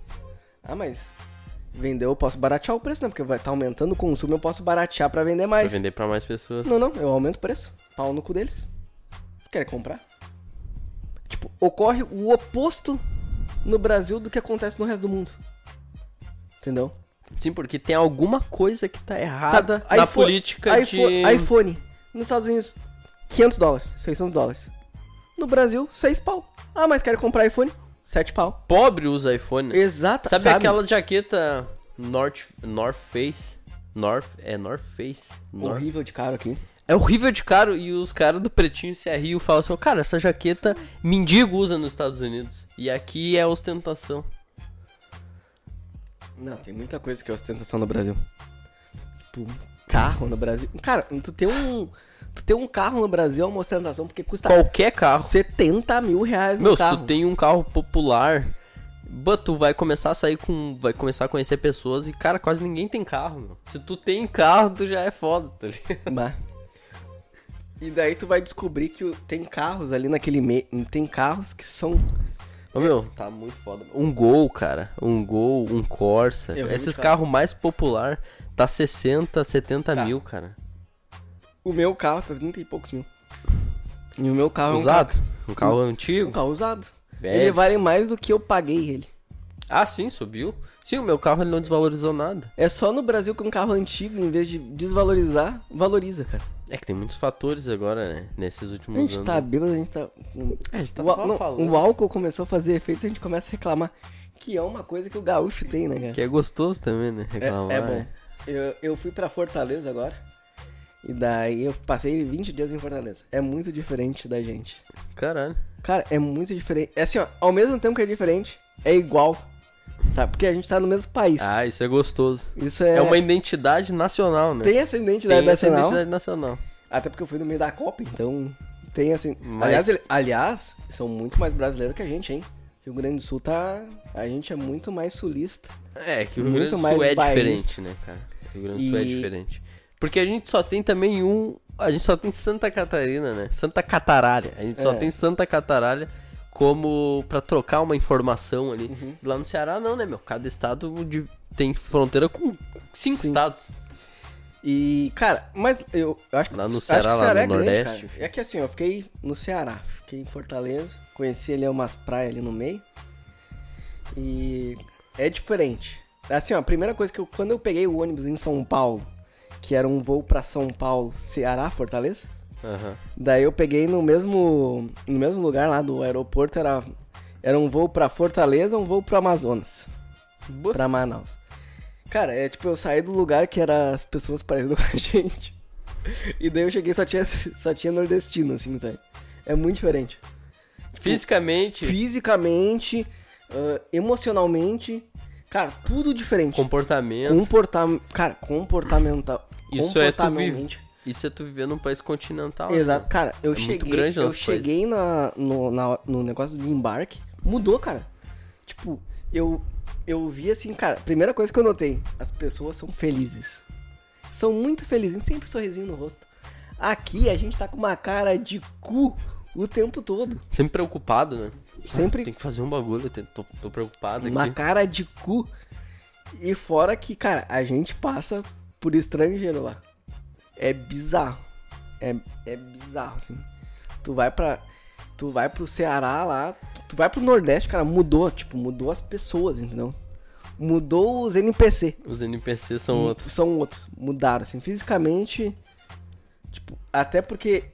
[SPEAKER 1] Ah, mas vendeu, eu posso baratear o preço, né? Porque vai estar aumentando o consumo, eu posso baratear pra vender
[SPEAKER 3] Pra
[SPEAKER 1] mais.
[SPEAKER 3] vender pra mais pessoas.
[SPEAKER 1] Não, não, eu aumento o preço. Pau no cu deles. Quer comprar? Tipo, ocorre o oposto no Brasil do que acontece no resto do mundo. Entendeu?
[SPEAKER 3] Sim, porque tem alguma coisa que tá
[SPEAKER 1] Sabe,
[SPEAKER 3] errada na
[SPEAKER 1] iPhone-
[SPEAKER 3] política
[SPEAKER 1] iPhone,
[SPEAKER 3] de...
[SPEAKER 1] iPhone. Nos Estados Unidos, 500 dólares, 600 dólares. No Brasil, 6 pau. Ah, mas quero comprar iPhone? 7 pau.
[SPEAKER 3] Pobre usa iPhone, né?
[SPEAKER 1] Exato,
[SPEAKER 3] Sabe, aquela jaqueta North, North Face? North, é North Face? North-
[SPEAKER 1] Horrível de caro aqui.
[SPEAKER 3] É horrível de caro e os caras do Pretinho CRU falam assim, cara, essa jaqueta mendigo usa nos Estados Unidos. E aqui é ostentação.
[SPEAKER 1] Não, tem muita coisa que é ostentação no Brasil. Tipo, carro no Brasil. Cara, tu tem um. Tu tem um carro no Brasil é uma ostentação porque custa
[SPEAKER 3] Qualquer carro.
[SPEAKER 1] 70 mil reais
[SPEAKER 3] Meu,
[SPEAKER 1] no
[SPEAKER 3] se
[SPEAKER 1] carro.
[SPEAKER 3] tu tem um carro popular, but, tu vai começar a sair com... Vai começar a conhecer pessoas e, cara, quase ninguém tem carro, meu. Se tu tem carro, tu já é foda, tá ligado?
[SPEAKER 1] Bah. E daí tu vai descobrir que o- tem carros ali naquele meio. Tem carros que são.
[SPEAKER 3] Ô, meu, tá muito foda. Um Gol, cara. Um Gol, um Corsa.
[SPEAKER 1] Eu
[SPEAKER 3] Esses
[SPEAKER 1] vi, cara.
[SPEAKER 3] carros mais popular tá 60, 70
[SPEAKER 1] Tá.
[SPEAKER 3] mil, cara.
[SPEAKER 1] O meu carro tá 30 e poucos mil. E o meu carro
[SPEAKER 3] Usado.
[SPEAKER 1] é
[SPEAKER 3] Um carro
[SPEAKER 1] um carro, um
[SPEAKER 3] antigo.
[SPEAKER 1] carro usado.
[SPEAKER 3] Velho.
[SPEAKER 1] Ele vale mais do que eu paguei ele.
[SPEAKER 3] Ah, sim, subiu. Sim, o meu carro ele não desvalorizou nada.
[SPEAKER 1] É só no Brasil que um carro antigo, em vez de desvalorizar, valoriza, cara.
[SPEAKER 3] É que tem muitos fatores agora, né? Nesses últimos
[SPEAKER 1] A gente
[SPEAKER 3] anos.
[SPEAKER 1] tá bêbado, a gente tá.
[SPEAKER 3] É, a gente tá
[SPEAKER 1] o,
[SPEAKER 3] só
[SPEAKER 1] al- não,
[SPEAKER 3] falando.
[SPEAKER 1] o álcool começou a fazer efeito a gente começa a reclamar. Que é uma coisa que o gaúcho tem, né, cara?
[SPEAKER 3] Que é gostoso também, né?
[SPEAKER 1] É,
[SPEAKER 3] Reclamar.
[SPEAKER 1] é bom. Eu, eu fui pra Fortaleza agora. E daí eu passei 20 dias em Fortaleza. É muito diferente da gente.
[SPEAKER 3] Caralho.
[SPEAKER 1] Cara, é muito diferente. É assim, ó, ao mesmo tempo que é diferente, é igual. Sabe? Porque a gente tá no mesmo país.
[SPEAKER 3] Ah, isso é gostoso.
[SPEAKER 1] Isso
[SPEAKER 3] É,
[SPEAKER 1] é.
[SPEAKER 3] uma identidade nacional, né?
[SPEAKER 1] Tem essa identidade
[SPEAKER 3] Tem essa
[SPEAKER 1] nacional.
[SPEAKER 3] identidade nacional.
[SPEAKER 1] Até porque eu fui no meio da Copa, então tem assim.
[SPEAKER 3] Mas-
[SPEAKER 1] Aliás, ele- aliás, são muito mais brasileiros que a gente, hein? Rio Grande do Sul tá. A gente é muito mais sulista.
[SPEAKER 3] É, que o Rio
[SPEAKER 1] Muito
[SPEAKER 3] Grande do
[SPEAKER 1] mais
[SPEAKER 3] Sul é
[SPEAKER 1] bairrista.
[SPEAKER 3] diferente, né, cara? O Rio Grande do Sul é
[SPEAKER 1] E-
[SPEAKER 3] diferente. Porque a gente só tem também um. A gente só tem Santa Catarina, né? Santa Cataralha. A gente só
[SPEAKER 1] É.
[SPEAKER 3] tem Santa Cataralha como pra trocar uma informação ali.
[SPEAKER 1] Uhum.
[SPEAKER 3] Lá no Ceará, não, né, meu? Cada estado de- tem fronteira com cinco estados.
[SPEAKER 1] E, cara, mas eu eu acho que,
[SPEAKER 3] Lá no
[SPEAKER 1] acho
[SPEAKER 3] Ceará,
[SPEAKER 1] que
[SPEAKER 3] lá
[SPEAKER 1] o Ceará
[SPEAKER 3] no
[SPEAKER 1] é grande,
[SPEAKER 3] Nordeste,
[SPEAKER 1] cara. É que assim, eu fiquei no Ceará, fiquei em Fortaleza, conheci ali umas praias ali no meio. E é diferente. Assim, ó, a primeira coisa que eu. Quando eu peguei o ônibus em São Paulo, que era um voo pra São Paulo, Ceará, Fortaleza,
[SPEAKER 3] Aham.
[SPEAKER 1] daí eu peguei no mesmo. No mesmo lugar lá do aeroporto, era, era um voo pra Fortaleza, um voo pro Amazonas
[SPEAKER 3] Boa.
[SPEAKER 1] pra Manaus. Cara, é tipo, eu saí do lugar que era as pessoas parecidas com a gente. E daí eu cheguei e só tinha, só tinha nordestino, assim, tá? É muito diferente.
[SPEAKER 3] Fisicamente,
[SPEAKER 1] Fisicamente, ah, emocionalmente, cara, tudo diferente.
[SPEAKER 3] comportamento.
[SPEAKER 1] Comporta cara, comportamental.
[SPEAKER 3] Isso é tu
[SPEAKER 1] comportamentalmente.
[SPEAKER 3] viver. Isso é tu viver num país continental. né,
[SPEAKER 1] Exato.
[SPEAKER 3] meu?
[SPEAKER 1] Cara, eu
[SPEAKER 3] É muito
[SPEAKER 1] cheguei,
[SPEAKER 3] grande
[SPEAKER 1] eu
[SPEAKER 3] nosso país.
[SPEAKER 1] cheguei na, no, na- no negócio do embarque, mudou, cara. Tipo, eu, eu vi assim, cara, primeira coisa que eu notei, as pessoas são felizes. São muito felizes, sempre um sorrisinho no rosto. Aqui a gente tá com uma cara de cu o tempo todo.
[SPEAKER 3] Sempre preocupado, né?
[SPEAKER 1] Sempre-
[SPEAKER 3] Tem que fazer um bagulho, eu tenho- tô, tô preocupado
[SPEAKER 1] Uma
[SPEAKER 3] Tá aqui.
[SPEAKER 1] cara de cu. E fora que, cara, a gente passa por estrangeiro lá. É bizarro. É, é bizarro, assim. Tu vai pra. Tu vai pro Ceará lá. tu- Tu vai pro Nordeste, cara, mudou, tipo, mudou as pessoas, entendeu? Mudou os NPC.
[SPEAKER 3] Os NPCs são
[SPEAKER 1] Hum.
[SPEAKER 3] outros.
[SPEAKER 1] São outros. Mudaram, assim, fisicamente. Tipo, até porque.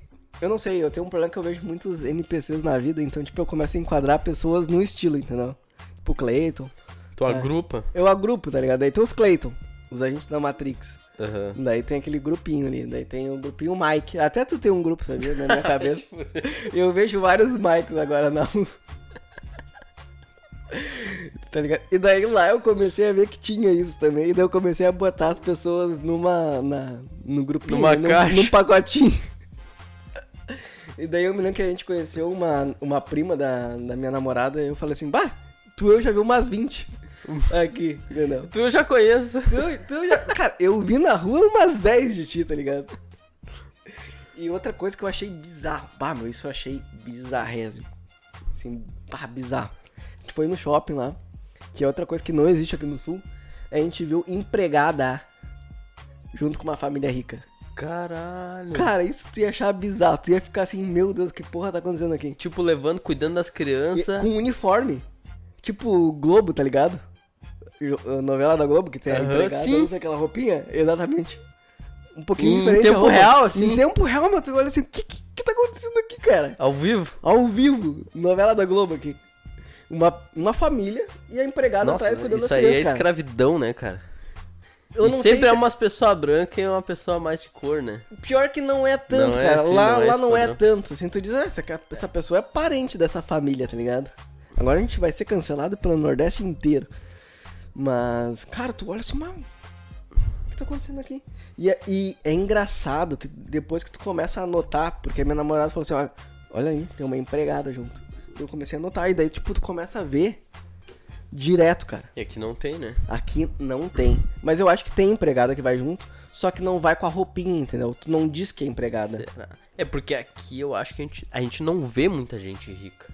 [SPEAKER 1] Eu não sei, eu tenho um problema que eu vejo muitos NPCs na vida, então, tipo, eu começo a enquadrar pessoas no estilo, entendeu? Tipo, Clayton.
[SPEAKER 3] Tu
[SPEAKER 1] É.
[SPEAKER 3] agrupa.
[SPEAKER 1] Eu agrupo, tá ligado? Daí tem os Clayton, os agentes da Matrix.
[SPEAKER 3] Aham.
[SPEAKER 1] Daí tem aquele grupinho ali, daí tem o grupinho Mike. Até tu tem um grupo, sabia? Na minha cabeça. Eu vejo vários Mikes agora na rua. Tá ligado? E daí lá eu comecei a ver que tinha isso também. E daí eu comecei a botar as pessoas numa. Na, no grupinho,
[SPEAKER 3] Numa
[SPEAKER 1] né? num,
[SPEAKER 3] caixa.
[SPEAKER 1] num pacotinho. E daí eu me lembro que a gente conheceu uma, uma prima da, da minha namorada e eu falei assim, bah, tu eu já vi umas 20 aqui, entendeu?
[SPEAKER 3] Tu eu já conheço.
[SPEAKER 1] Tu, tu já- Cara, eu vi na rua umas 10 de ti, tá ligado? E outra coisa que eu achei bizarro. Bah, meu, isso eu achei bizarrésimo. Assim, bah, bizarro. A gente foi no shopping lá, que é outra coisa que não existe aqui no sul. A gente viu empregada junto com uma família rica.
[SPEAKER 3] Caralho.
[SPEAKER 1] Cara, isso tu ia achar bizarro. Tu ia ficar assim, meu Deus, que porra tá acontecendo aqui?
[SPEAKER 3] Tipo, levando, cuidando das
[SPEAKER 1] E-
[SPEAKER 3] crianças.
[SPEAKER 1] com um uniforme. Tipo Globo, tá ligado? Jo- a Novela da Globo, que tem a
[SPEAKER 3] Aham,
[SPEAKER 1] empregada,
[SPEAKER 3] sim.
[SPEAKER 1] usa aquela roupinha. Exatamente. Um pouquinho
[SPEAKER 3] Em
[SPEAKER 1] diferente. a
[SPEAKER 3] tempo
[SPEAKER 1] roupa.
[SPEAKER 3] real, assim?
[SPEAKER 1] Em tempo real, meu, tu olha assim, o que, que, que tá acontecendo aqui, cara?
[SPEAKER 3] Ao vivo.
[SPEAKER 1] Ao vivo, novela da Globo aqui. Uma, uma família e a empregada
[SPEAKER 3] Nossa,
[SPEAKER 1] atrás cuidando
[SPEAKER 3] isso
[SPEAKER 1] das
[SPEAKER 3] aí é
[SPEAKER 1] crianças, cara.
[SPEAKER 3] escravidão, né, cara?
[SPEAKER 1] Eu
[SPEAKER 3] E
[SPEAKER 1] não
[SPEAKER 3] sempre
[SPEAKER 1] sei
[SPEAKER 3] é
[SPEAKER 1] se-
[SPEAKER 3] umas pessoas brancas e uma pessoa mais de cor, né?
[SPEAKER 1] Pior que não é tanto,
[SPEAKER 3] Não é
[SPEAKER 1] cara.
[SPEAKER 3] assim,
[SPEAKER 1] lá
[SPEAKER 3] não é
[SPEAKER 1] lá
[SPEAKER 3] esse
[SPEAKER 1] não é
[SPEAKER 3] padrão.
[SPEAKER 1] tanto. Assim, tu diz, ah, essa, ca- essa pessoa é parente dessa família, tá ligado? Agora a gente vai ser cancelado pelo Nordeste inteiro. Mas, cara, tu olha assim, mano. O que tá acontecendo aqui? E, é- e é engraçado que depois que tu começa a anotar, porque minha namorada falou assim, ó, olha aí, tem uma empregada junto. Eu comecei a anotar, e daí, tipo, tu começa a ver direto, cara.
[SPEAKER 3] E aqui não tem, né?
[SPEAKER 1] Aqui não tem. Mas eu acho que tem empregada que vai junto, só que não vai com a roupinha, entendeu? Tu não diz que é empregada.
[SPEAKER 3] Será? É porque aqui eu acho que a gente, a gente não vê muita gente rica.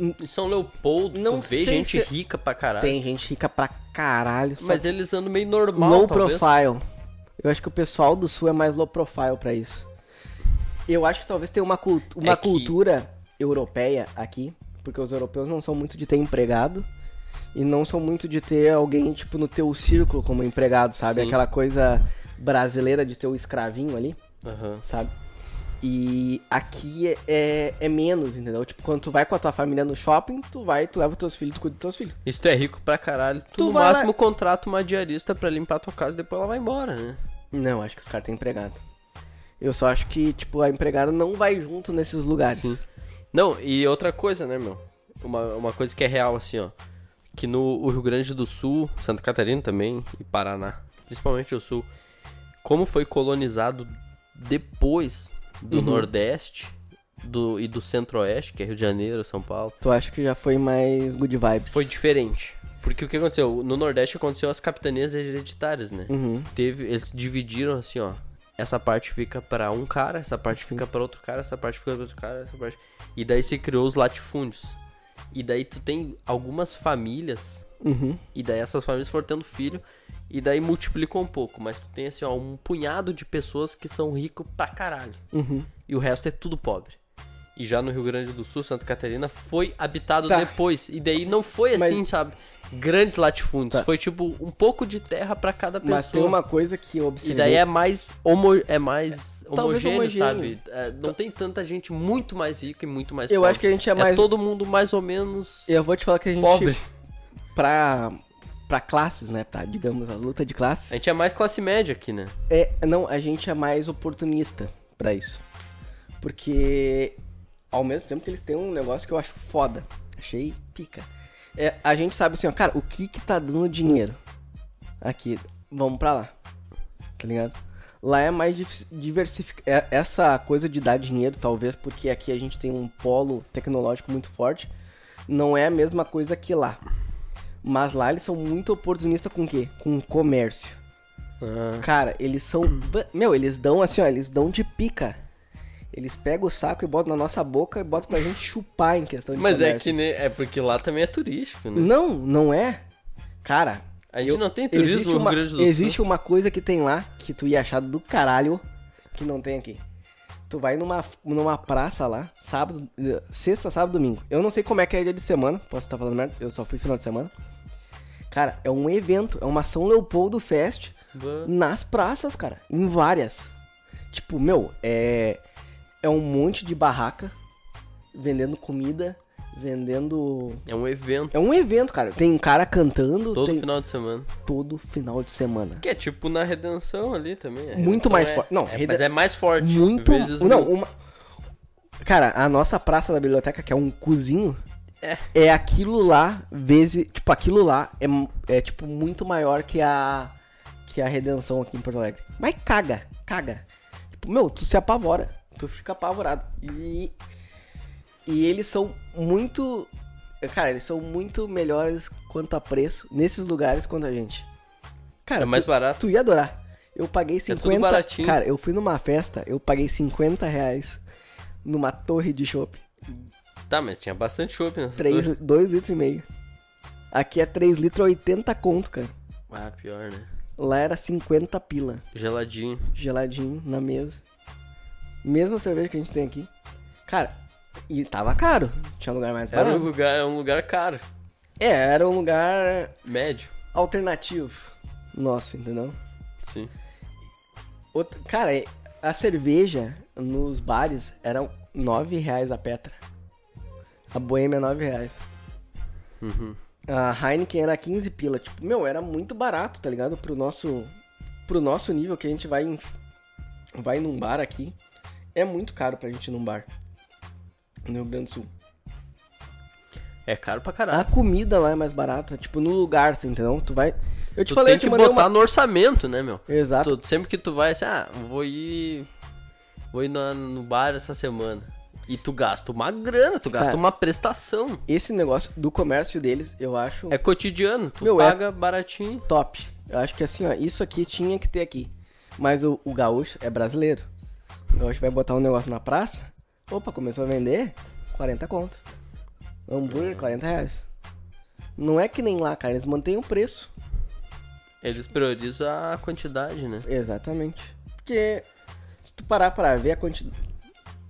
[SPEAKER 1] Hum.
[SPEAKER 3] Em São Leopoldo,
[SPEAKER 1] Não
[SPEAKER 3] tu vê
[SPEAKER 1] sei
[SPEAKER 3] gente
[SPEAKER 1] se-
[SPEAKER 3] rica pra caralho.
[SPEAKER 1] Tem gente rica pra caralho, só
[SPEAKER 3] Mas eles andam meio normal,
[SPEAKER 1] low
[SPEAKER 3] talvez.
[SPEAKER 1] profile. Eu acho que o pessoal do sul é mais low profile pra isso. Eu acho que talvez tenha uma, cultu- uma
[SPEAKER 3] É que-
[SPEAKER 1] cultura europeia aqui, porque os europeus não são muito de ter empregado e não são muito de ter alguém tipo no teu círculo como empregado, sabe?
[SPEAKER 3] Sim.
[SPEAKER 1] Aquela coisa brasileira de ter o escravinho ali.
[SPEAKER 3] Aham.
[SPEAKER 1] sabe? E aqui é, é, é menos, entendeu? Tipo, quando tu vai com a tua família no shopping, tu vai, tu leva os teus filhos, tu cuida dos teus filhos.
[SPEAKER 3] E se tu é rico pra caralho, tu,
[SPEAKER 1] Tu
[SPEAKER 3] no
[SPEAKER 1] vai lá-
[SPEAKER 3] máximo contrata uma diarista pra limpar tua casa e depois ela vai embora, né?
[SPEAKER 1] Não, acho que os caras têm empregado. Eu só acho que, tipo, a empregada não vai junto nesses lugares.
[SPEAKER 3] Não, e outra coisa, né, meu? Uma, uma coisa que é real, assim, ó. Que no o Rio Grande do Sul, Santa Catarina também, e Paraná, principalmente o Sul, como foi colonizado depois
[SPEAKER 1] Uhum.
[SPEAKER 3] do Nordeste do, e do Centro-Oeste, que é Rio de Janeiro, São Paulo,
[SPEAKER 1] Tu acha que já foi mais good vibes?
[SPEAKER 3] foi diferente. Porque o que aconteceu? No Nordeste aconteceu as capitanias hereditárias, né?
[SPEAKER 1] Uhum.
[SPEAKER 3] Teve, eles dividiram assim, ó. Essa parte fica pra um cara, essa parte
[SPEAKER 1] Uhum.
[SPEAKER 3] fica pra outro cara, essa parte fica pra outro cara, essa parte. E daí se criou os latifúndios. E daí tu tem algumas famílias
[SPEAKER 1] Uhum.
[SPEAKER 3] e daí essas famílias foram tendo filho. E daí multiplicou um pouco. Mas tu tem assim, ó, um punhado de pessoas que são ricos pra caralho.
[SPEAKER 1] Uhum.
[SPEAKER 3] E o resto é tudo pobre. E já no Rio Grande do Sul, Santa Catarina, foi habitado
[SPEAKER 1] Tá.
[SPEAKER 3] depois. E daí não foi
[SPEAKER 1] Mas-
[SPEAKER 3] assim, sabe? Grandes latifúndios.
[SPEAKER 1] Tá.
[SPEAKER 3] Foi tipo um pouco de terra pra cada pessoa.
[SPEAKER 1] Mas tem uma coisa que eu observei.
[SPEAKER 3] E daí é mais, homo, é mais
[SPEAKER 1] talvez
[SPEAKER 3] homogêneo,
[SPEAKER 1] homogêneo. Tá.
[SPEAKER 3] sabe? É, não tem tanta gente muito mais rica e muito mais
[SPEAKER 1] Eu
[SPEAKER 3] pobre.
[SPEAKER 1] acho que a gente é mais-
[SPEAKER 3] todo mundo mais ou menos
[SPEAKER 1] Eu vou te falar que a gente.
[SPEAKER 3] pobre.
[SPEAKER 1] Pra. Pra classes, né? Tá, digamos, a luta de
[SPEAKER 3] A
[SPEAKER 1] classes.
[SPEAKER 3] gente é mais classe média aqui, né?
[SPEAKER 1] É, não, a gente é mais oportunista pra isso. Porque ao mesmo tempo que eles têm um negócio que eu acho foda, achei pica. É, a gente sabe assim, ó, cara, o que que tá dando dinheiro? Aqui, vamos pra lá. Tá ligado? Lá é mais diversificado. essa coisa de dar dinheiro, talvez, porque aqui a gente tem um polo tecnológico muito forte, não é a mesma coisa que lá. Mas lá eles são muito oportunistas com o quê? Com o comércio. Cara, eles são. ba- Meu, eles dão assim, ó, eles dão de pica. Eles pegam o saco e botam na nossa boca e botam pra gente chupar em questão de
[SPEAKER 3] Mas é
[SPEAKER 1] comércio.
[SPEAKER 3] que né, é porque lá também é turístico, né?
[SPEAKER 1] Não, não é. Cara,
[SPEAKER 3] A gente não tem
[SPEAKER 1] existe
[SPEAKER 3] turismo no
[SPEAKER 1] uma,
[SPEAKER 3] Rio Grande do
[SPEAKER 1] existe
[SPEAKER 3] Sul.
[SPEAKER 1] uma coisa que tem lá que tu ia achar do caralho que não tem aqui. Tu vai numa, numa praça lá, sábado, eh, sexta, sábado, domingo. Eu não sei como é que é dia de semana, posso estar falando merda, eu só fui final de semana. Cara, é um evento, é uma São Leopoldo Fest
[SPEAKER 3] Ba-
[SPEAKER 1] nas praças, cara, em várias. Tipo, meu, é é um monte de barraca vendendo comida, vendendo
[SPEAKER 3] É um evento
[SPEAKER 1] é um evento, cara. Tem um cara cantando
[SPEAKER 3] todo
[SPEAKER 1] tem-
[SPEAKER 3] final de semana.
[SPEAKER 1] todo final de semana.
[SPEAKER 3] Que é tipo na Redenção ali também. A
[SPEAKER 1] Muito
[SPEAKER 3] Redenção
[SPEAKER 1] mais
[SPEAKER 3] é-
[SPEAKER 1] forte. Não,
[SPEAKER 3] é,
[SPEAKER 1] Reden-
[SPEAKER 3] mas é mais forte.
[SPEAKER 1] Muito.
[SPEAKER 3] vezes
[SPEAKER 1] Não,
[SPEAKER 3] mil.
[SPEAKER 1] uma. Cara, a nossa praça da biblioteca, que é um cozinho, é, aquilo lá, vezes. Tipo, aquilo lá é, mu- é tipo muito maior que a. Que a redenção aqui em Porto Alegre. Mas caga, caga. Tipo, meu, tu se apavora. Tu fica apavorado. E. E eles são muito. Cara, eles são muito melhores quanto a preço nesses lugares quanto a gente. Cara,
[SPEAKER 3] É mais
[SPEAKER 1] tu-
[SPEAKER 3] barato.
[SPEAKER 1] Tu ia adorar. Eu paguei
[SPEAKER 3] É tudo
[SPEAKER 1] 50.
[SPEAKER 3] baratinho.
[SPEAKER 1] Cara, eu fui numa festa, eu paguei 50 reais numa torre de chopp.
[SPEAKER 3] Tá, mas tinha bastante chopp nessa
[SPEAKER 1] Três-
[SPEAKER 3] torre.
[SPEAKER 1] dois litros e meio. Aqui é 3 litros 80 conto, cara.
[SPEAKER 3] Ah, pior, né?
[SPEAKER 1] Lá era 50 pila.
[SPEAKER 3] Geladinho.
[SPEAKER 1] Geladinho na mesa. Mesma cerveja que a gente tem aqui. Cara, e tava caro. Tinha lugar mais
[SPEAKER 3] Era um
[SPEAKER 1] barato.
[SPEAKER 3] lugar, era um lugar caro.
[SPEAKER 1] É, era um lugar
[SPEAKER 3] Médio.
[SPEAKER 1] alternativo. Nosso, entendeu?
[SPEAKER 3] Sim.
[SPEAKER 1] Outra- cara, é- a cerveja nos bares era R$ 9 reais a Petra. A Boêmia, R$ 9 reais.
[SPEAKER 3] Uhum.
[SPEAKER 1] A Heineken era 15 pila. Tipo, meu, era muito barato, tá ligado? Pro nosso, pro nosso nível que a gente vai, em, vai num bar aqui. É muito caro pra gente ir num bar. No Rio Grande do Sul.
[SPEAKER 3] É caro pra caralho.
[SPEAKER 1] A comida lá é mais barata. Tipo, no lugar, assim, entendeu? Tu vai... Eu te
[SPEAKER 3] tu
[SPEAKER 1] falei,
[SPEAKER 3] tem
[SPEAKER 1] eu te
[SPEAKER 3] que
[SPEAKER 1] mandei
[SPEAKER 3] botar
[SPEAKER 1] uma...
[SPEAKER 3] no orçamento, né, meu?
[SPEAKER 1] Exato.
[SPEAKER 3] Tu- sempre que tu vai, assim, ah, vou ir. Vou ir na- no bar essa semana. E tu gasta uma grana, tu gasta
[SPEAKER 1] Cara.
[SPEAKER 3] uma prestação.
[SPEAKER 1] Esse negócio do comércio deles, eu acho...
[SPEAKER 3] É cotidiano, tu
[SPEAKER 1] Meu, é-
[SPEAKER 3] paga baratinho.
[SPEAKER 1] top. Eu acho que assim, ó, isso aqui tinha que ter aqui. Mas o, o gaúcho é brasileiro. O gaúcho vai botar um negócio na praça. Opa, começou a vender 40 conto. Hambúrguer, 40 reais. Não é que nem lá, cara. Eles mantêm o preço.
[SPEAKER 3] Eles priorizam a quantidade, né?
[SPEAKER 1] Exatamente. Porque se tu parar pra ver a quantidade.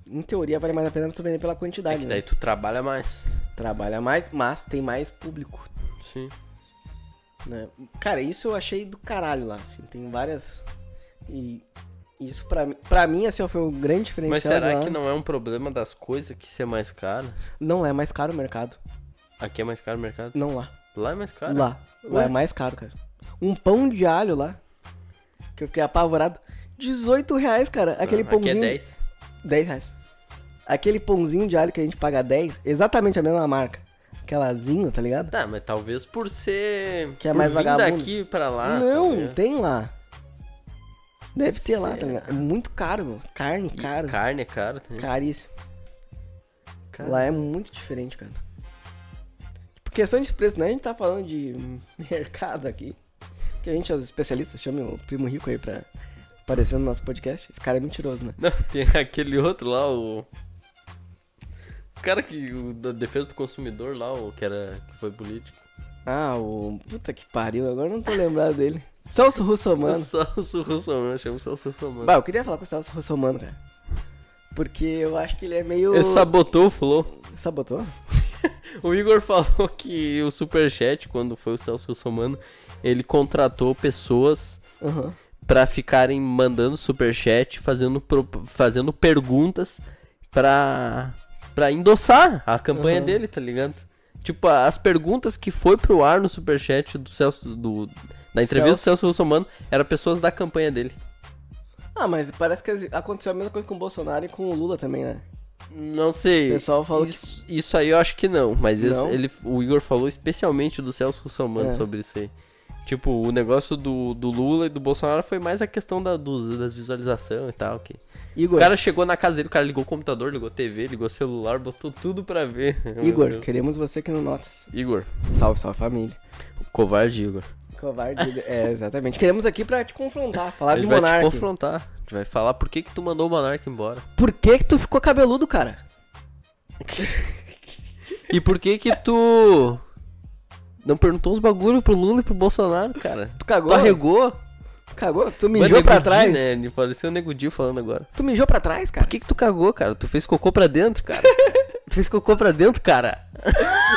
[SPEAKER 1] Em teoria vale mais a pena tu vender pela
[SPEAKER 3] É
[SPEAKER 1] quantidade.
[SPEAKER 3] que
[SPEAKER 1] né?
[SPEAKER 3] daí tu trabalha mais.
[SPEAKER 1] Trabalha mais, mas tem mais público.
[SPEAKER 3] Sim.
[SPEAKER 1] né? Cara, isso eu achei do caralho lá, assim, tem várias e isso pra mim, para mim assim, ó, foi um grande diferencial.
[SPEAKER 3] Mas será
[SPEAKER 1] lá.
[SPEAKER 3] que não é um problema das coisas que ser mais caro?
[SPEAKER 1] Não, lá é mais caro o mercado.
[SPEAKER 3] Aqui é mais caro o mercado?
[SPEAKER 1] Não lá.
[SPEAKER 3] Lá é mais caro?
[SPEAKER 1] Lá. Lá
[SPEAKER 3] Ué?
[SPEAKER 1] é mais caro, cara. Um pão de alho lá que eu fiquei apavorado, 18 reais, cara. Aquele
[SPEAKER 3] Não,
[SPEAKER 1] pãozinho
[SPEAKER 3] Aqui é 10.
[SPEAKER 1] 10 reais. Aquele pãozinho de alho que a gente paga 10, exatamente a mesma marca. Aquelazinho, tá ligado?
[SPEAKER 3] Tá, mas talvez por ser.
[SPEAKER 1] Que é
[SPEAKER 3] por
[SPEAKER 1] mais
[SPEAKER 3] vir Ah,
[SPEAKER 1] vagabundo.
[SPEAKER 3] daqui pra lá.
[SPEAKER 1] não,
[SPEAKER 3] talvez.
[SPEAKER 1] tem lá. Deve ter lá, tá
[SPEAKER 3] Será?
[SPEAKER 1] ligado? É muito caro, meu. Carne,
[SPEAKER 3] E
[SPEAKER 1] caro.
[SPEAKER 3] Carne é caro também.
[SPEAKER 1] Caríssimo.
[SPEAKER 3] Cara.
[SPEAKER 1] Lá é muito diferente, cara. Tipo, questão de preço, né? A gente tá falando de mercado aqui. Que a gente, é os especialistas, chama o primo rico aí pra aparecer no nosso podcast. Esse cara é mentiroso, né?
[SPEAKER 3] Não, tem aquele outro lá, o. O cara que. O, da defesa do consumidor lá, o que era. que foi político.
[SPEAKER 1] Ah, o. Puta que pariu, agora eu não tô lembrado dele. Celso Russomano.
[SPEAKER 3] O Celso Russomano, chama o Celso Russomano.
[SPEAKER 1] Bah, eu queria falar com o Celso Russomano, cara. Porque eu acho que ele é meio.
[SPEAKER 3] Ele sabotou o Flow.
[SPEAKER 1] Sabotou?
[SPEAKER 3] O Igor falou que o Superchat, quando foi o Celso Russomano, ele contratou pessoas
[SPEAKER 1] Aham.
[SPEAKER 3] pra ficarem mandando Superchat, fazendo, pro- fazendo perguntas pra, pra endossar a campanha
[SPEAKER 1] Aham.
[SPEAKER 3] dele, tá ligado? Tipo, a- as perguntas que foi pro ar no Superchat do Celso. Do, da entrevista do Celso Russomano eram pessoas da campanha dele.
[SPEAKER 1] Ah, mas parece que aconteceu a mesma coisa com o Bolsonaro e com o Lula também, né?
[SPEAKER 3] Não sei.
[SPEAKER 1] O pessoal falou que-
[SPEAKER 3] isso, isso aí eu acho que não, mas esse-
[SPEAKER 1] Não?
[SPEAKER 3] ele, o Igor falou especialmente do Celso Russomano
[SPEAKER 1] É.
[SPEAKER 3] sobre isso aí. Tipo, o negócio do, do Lula e do Bolsonaro foi mais a questão da, dos- das visualizações e tal. Que...
[SPEAKER 1] Igor,
[SPEAKER 3] O cara chegou na casa dele, o cara ligou o computador, ligou TV, ligou celular, botou tudo pra ver.
[SPEAKER 1] Igor, queremos você aqui no Notas.
[SPEAKER 3] Igor.
[SPEAKER 1] Salve, salve família.
[SPEAKER 3] Covarde, Igor.
[SPEAKER 1] Covarde. é, exatamente. Queremos aqui pra te confrontar, falar
[SPEAKER 3] Ele
[SPEAKER 1] do
[SPEAKER 3] vai te
[SPEAKER 1] Monark.
[SPEAKER 3] confrontar. A gente vai falar por que que tu mandou o Monark embora.
[SPEAKER 1] Por que que tu ficou cabeludo, cara?
[SPEAKER 3] E por que que tu... Não perguntou os bagulho pro Lula e pro Bolsonaro, cara.
[SPEAKER 1] Tu cagou?
[SPEAKER 3] Tu arregou?
[SPEAKER 1] Tu cagou? Tu
[SPEAKER 3] Tá Mano,
[SPEAKER 1] mijou pra
[SPEAKER 3] Nego Di,
[SPEAKER 1] trás?
[SPEAKER 3] né? Ele Parecia o Nego Di falando agora.
[SPEAKER 1] Tu mijou pra trás, cara?
[SPEAKER 3] Por que que tu cagou, cara? Tu fez cocô pra dentro, cara. tu fez cocô pra dentro, cara.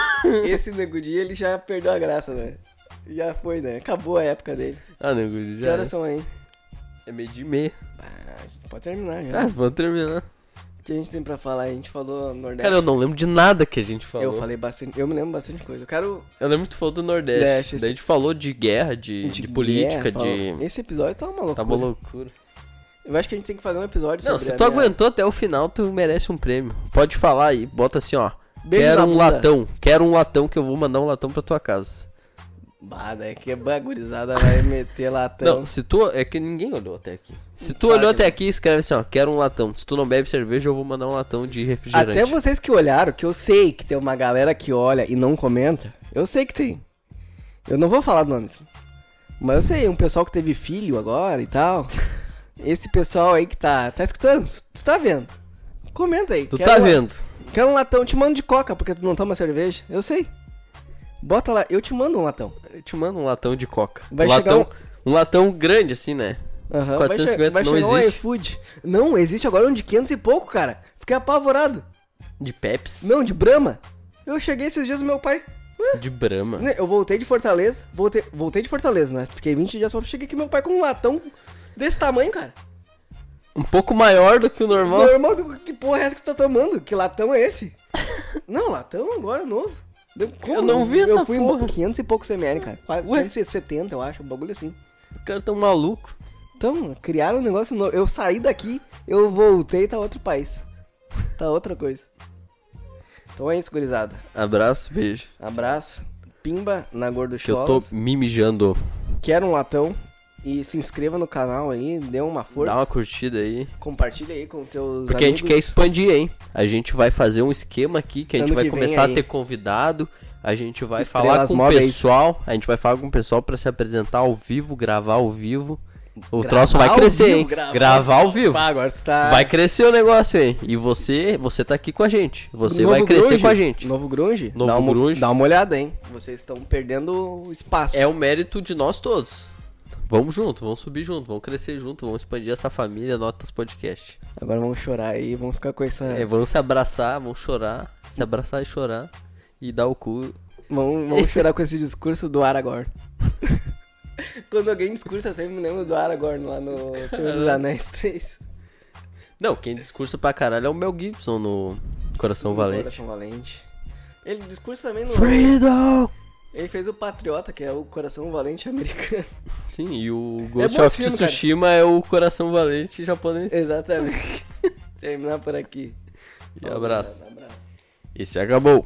[SPEAKER 1] Esse Nego Di, ele já perdeu a graça, né? Já foi, né? Acabou a época dele.
[SPEAKER 3] Ah, Nego Di,
[SPEAKER 1] que
[SPEAKER 3] já
[SPEAKER 1] horas são aí?
[SPEAKER 3] é. é meio de meia.
[SPEAKER 1] Ah, pode terminar já.
[SPEAKER 3] Ah, vamos terminar.
[SPEAKER 1] O que a gente tem pra falar? A gente falou Nordeste.
[SPEAKER 3] Cara, eu não lembro de nada que a gente falou.
[SPEAKER 1] eu falei bastante. Eu me lembro bastante coisa. Eu quero.
[SPEAKER 3] Eu lembro que tu falou do Nordeste.
[SPEAKER 1] Leste,
[SPEAKER 3] Daí a
[SPEAKER 1] É, esse-
[SPEAKER 3] gente falou de guerra, de, de política,
[SPEAKER 1] É, falou.
[SPEAKER 3] de.
[SPEAKER 1] Esse episódio tá uma loucura.
[SPEAKER 3] Tá uma loucura.
[SPEAKER 1] Eu acho que a gente tem que fazer um episódio
[SPEAKER 3] Não,
[SPEAKER 1] sobre
[SPEAKER 3] se
[SPEAKER 1] a
[SPEAKER 3] tu
[SPEAKER 1] minha-
[SPEAKER 3] aguentou até o final, tu merece um prêmio. Pode falar aí, bota assim, ó.
[SPEAKER 1] Beijo
[SPEAKER 3] quero
[SPEAKER 1] na
[SPEAKER 3] um
[SPEAKER 1] bunda.
[SPEAKER 3] latão, quero um latão que eu vou mandar um latão pra tua casa.
[SPEAKER 1] Bah, daí é que a bagurizada vai meter latão.
[SPEAKER 3] Não, se tu. É que ninguém olhou até aqui. Se
[SPEAKER 1] Tá
[SPEAKER 3] tu
[SPEAKER 1] Claro
[SPEAKER 3] olhou
[SPEAKER 1] que
[SPEAKER 3] até
[SPEAKER 1] não.
[SPEAKER 3] aqui, escreve assim, ó. Quero um latão. Se tu não bebe cerveja, eu vou mandar um latão de refrigerante.
[SPEAKER 1] Até vocês que olharam, que eu sei que tem uma galera que olha e não comenta. Eu sei que tem. Eu não vou falar nomes. Mas eu sei, um pessoal que teve filho agora e tal. Esse pessoal aí que tá, tá escutando, tu tá vendo. Comenta aí.
[SPEAKER 3] Tu
[SPEAKER 1] quero
[SPEAKER 3] tá
[SPEAKER 1] um-
[SPEAKER 3] vendo?
[SPEAKER 1] Quero um latão, eu te mando de coca, porque tu não toma cerveja. Eu sei. Bota lá, eu te mando um latão.
[SPEAKER 3] Eu te mando um latão de coca.
[SPEAKER 1] Vai
[SPEAKER 3] um
[SPEAKER 1] chegar
[SPEAKER 3] latão. Um latão grande, assim, né?
[SPEAKER 1] Aham,
[SPEAKER 3] 450
[SPEAKER 1] vai che-
[SPEAKER 3] não
[SPEAKER 1] vai chegar
[SPEAKER 3] existe.
[SPEAKER 1] um iFood. Não, existe agora um de 500 e pouco, cara. Fiquei apavorado.
[SPEAKER 3] De Pepsi.
[SPEAKER 1] Não, de Brahma. Eu cheguei esses dias do meu pai. Hã?
[SPEAKER 3] De Brahma.
[SPEAKER 1] Né, Eu voltei de Fortaleza. Voltei, voltei de Fortaleza, né? Fiquei 20 dias fora. Cheguei aqui meu pai com um latão desse tamanho, cara.
[SPEAKER 3] Um pouco maior do que o normal.
[SPEAKER 1] Meu irmão, do- que porra é essa que tu tá tomando? Que latão é esse? não, latão agora novo. Deu- como?
[SPEAKER 3] Eu não vi essa
[SPEAKER 1] Eu fui
[SPEAKER 3] porra.
[SPEAKER 1] em 500 e poucos ml, cara. Quase
[SPEAKER 3] Ué?
[SPEAKER 1] 570, eu acho. Um bagulho assim.
[SPEAKER 3] O cara tão maluco.
[SPEAKER 1] Então, criaram um negócio novo. Eu saí daqui, eu voltei, tá outro país. Tá outra coisa. Então é isso, gurizada.
[SPEAKER 3] Abraço, beijo.
[SPEAKER 1] Abraço. Pimba na
[SPEAKER 3] Que eu tô
[SPEAKER 1] Gorducholas.
[SPEAKER 3] me mijando.
[SPEAKER 1] Quer um latão. E se inscreva no canal aí, dê uma força.
[SPEAKER 3] Dá uma curtida aí.
[SPEAKER 1] Compartilha aí com teus amigos.
[SPEAKER 3] Porque a gente quer expandir, hein? A gente vai fazer um esquema aqui que a gente
[SPEAKER 1] Ano
[SPEAKER 3] vai
[SPEAKER 1] que vem
[SPEAKER 3] começar a
[SPEAKER 1] aí.
[SPEAKER 3] ter convidado. A gente vai
[SPEAKER 1] Estrelas
[SPEAKER 3] falar com o
[SPEAKER 1] móveis.
[SPEAKER 3] pessoal. A gente vai falar com o pessoal pra se apresentar ao vivo, gravar ao vivo. O
[SPEAKER 1] Gravar
[SPEAKER 3] troço vai
[SPEAKER 1] ao
[SPEAKER 3] crescer,
[SPEAKER 1] vivo,
[SPEAKER 3] hein?
[SPEAKER 1] gravar.
[SPEAKER 3] Gravar ao vivo.
[SPEAKER 1] Pá, agora você tá...
[SPEAKER 3] Vai crescer o negócio, hein? E você, você tá aqui com a gente. Você
[SPEAKER 1] Novo
[SPEAKER 3] vai crescer
[SPEAKER 1] grunge?
[SPEAKER 3] com a gente.
[SPEAKER 1] Novo grunge?
[SPEAKER 3] Novo
[SPEAKER 1] dá uma,
[SPEAKER 3] grunge.
[SPEAKER 1] Dá uma olhada, hein? Vocês estão perdendo espaço.
[SPEAKER 3] É o mérito de nós todos. Vamos junto, vamos subir junto, vamos crescer junto, vamos expandir essa família, notas podcast.
[SPEAKER 1] Agora vamos chorar aí, vamos ficar com essa...
[SPEAKER 3] É, vamos se abraçar, vamos chorar, se abraçar e chorar e dar o cu.
[SPEAKER 1] Vamos, vamos chorar com esse discurso do Aragorn. Quando alguém discursa, eu sempre me lembro do Aragorn lá no Senhor dos Anéis 3.
[SPEAKER 3] Não, quem discursa pra caralho é o Mel Gibson no Coração Valente.
[SPEAKER 1] Coração Valente. Ele discursa também no...
[SPEAKER 2] Freedom!
[SPEAKER 1] Ele fez o Patriota, que é o Coração Valente americano.
[SPEAKER 3] Sim, e o Ghost
[SPEAKER 1] bom
[SPEAKER 3] of
[SPEAKER 1] filme, cara.
[SPEAKER 3] Tsushima é o Coração Valente japonês.
[SPEAKER 1] Exatamente. Terminar por aqui.
[SPEAKER 3] E abraço.
[SPEAKER 1] Abraço.
[SPEAKER 3] Esse acabou.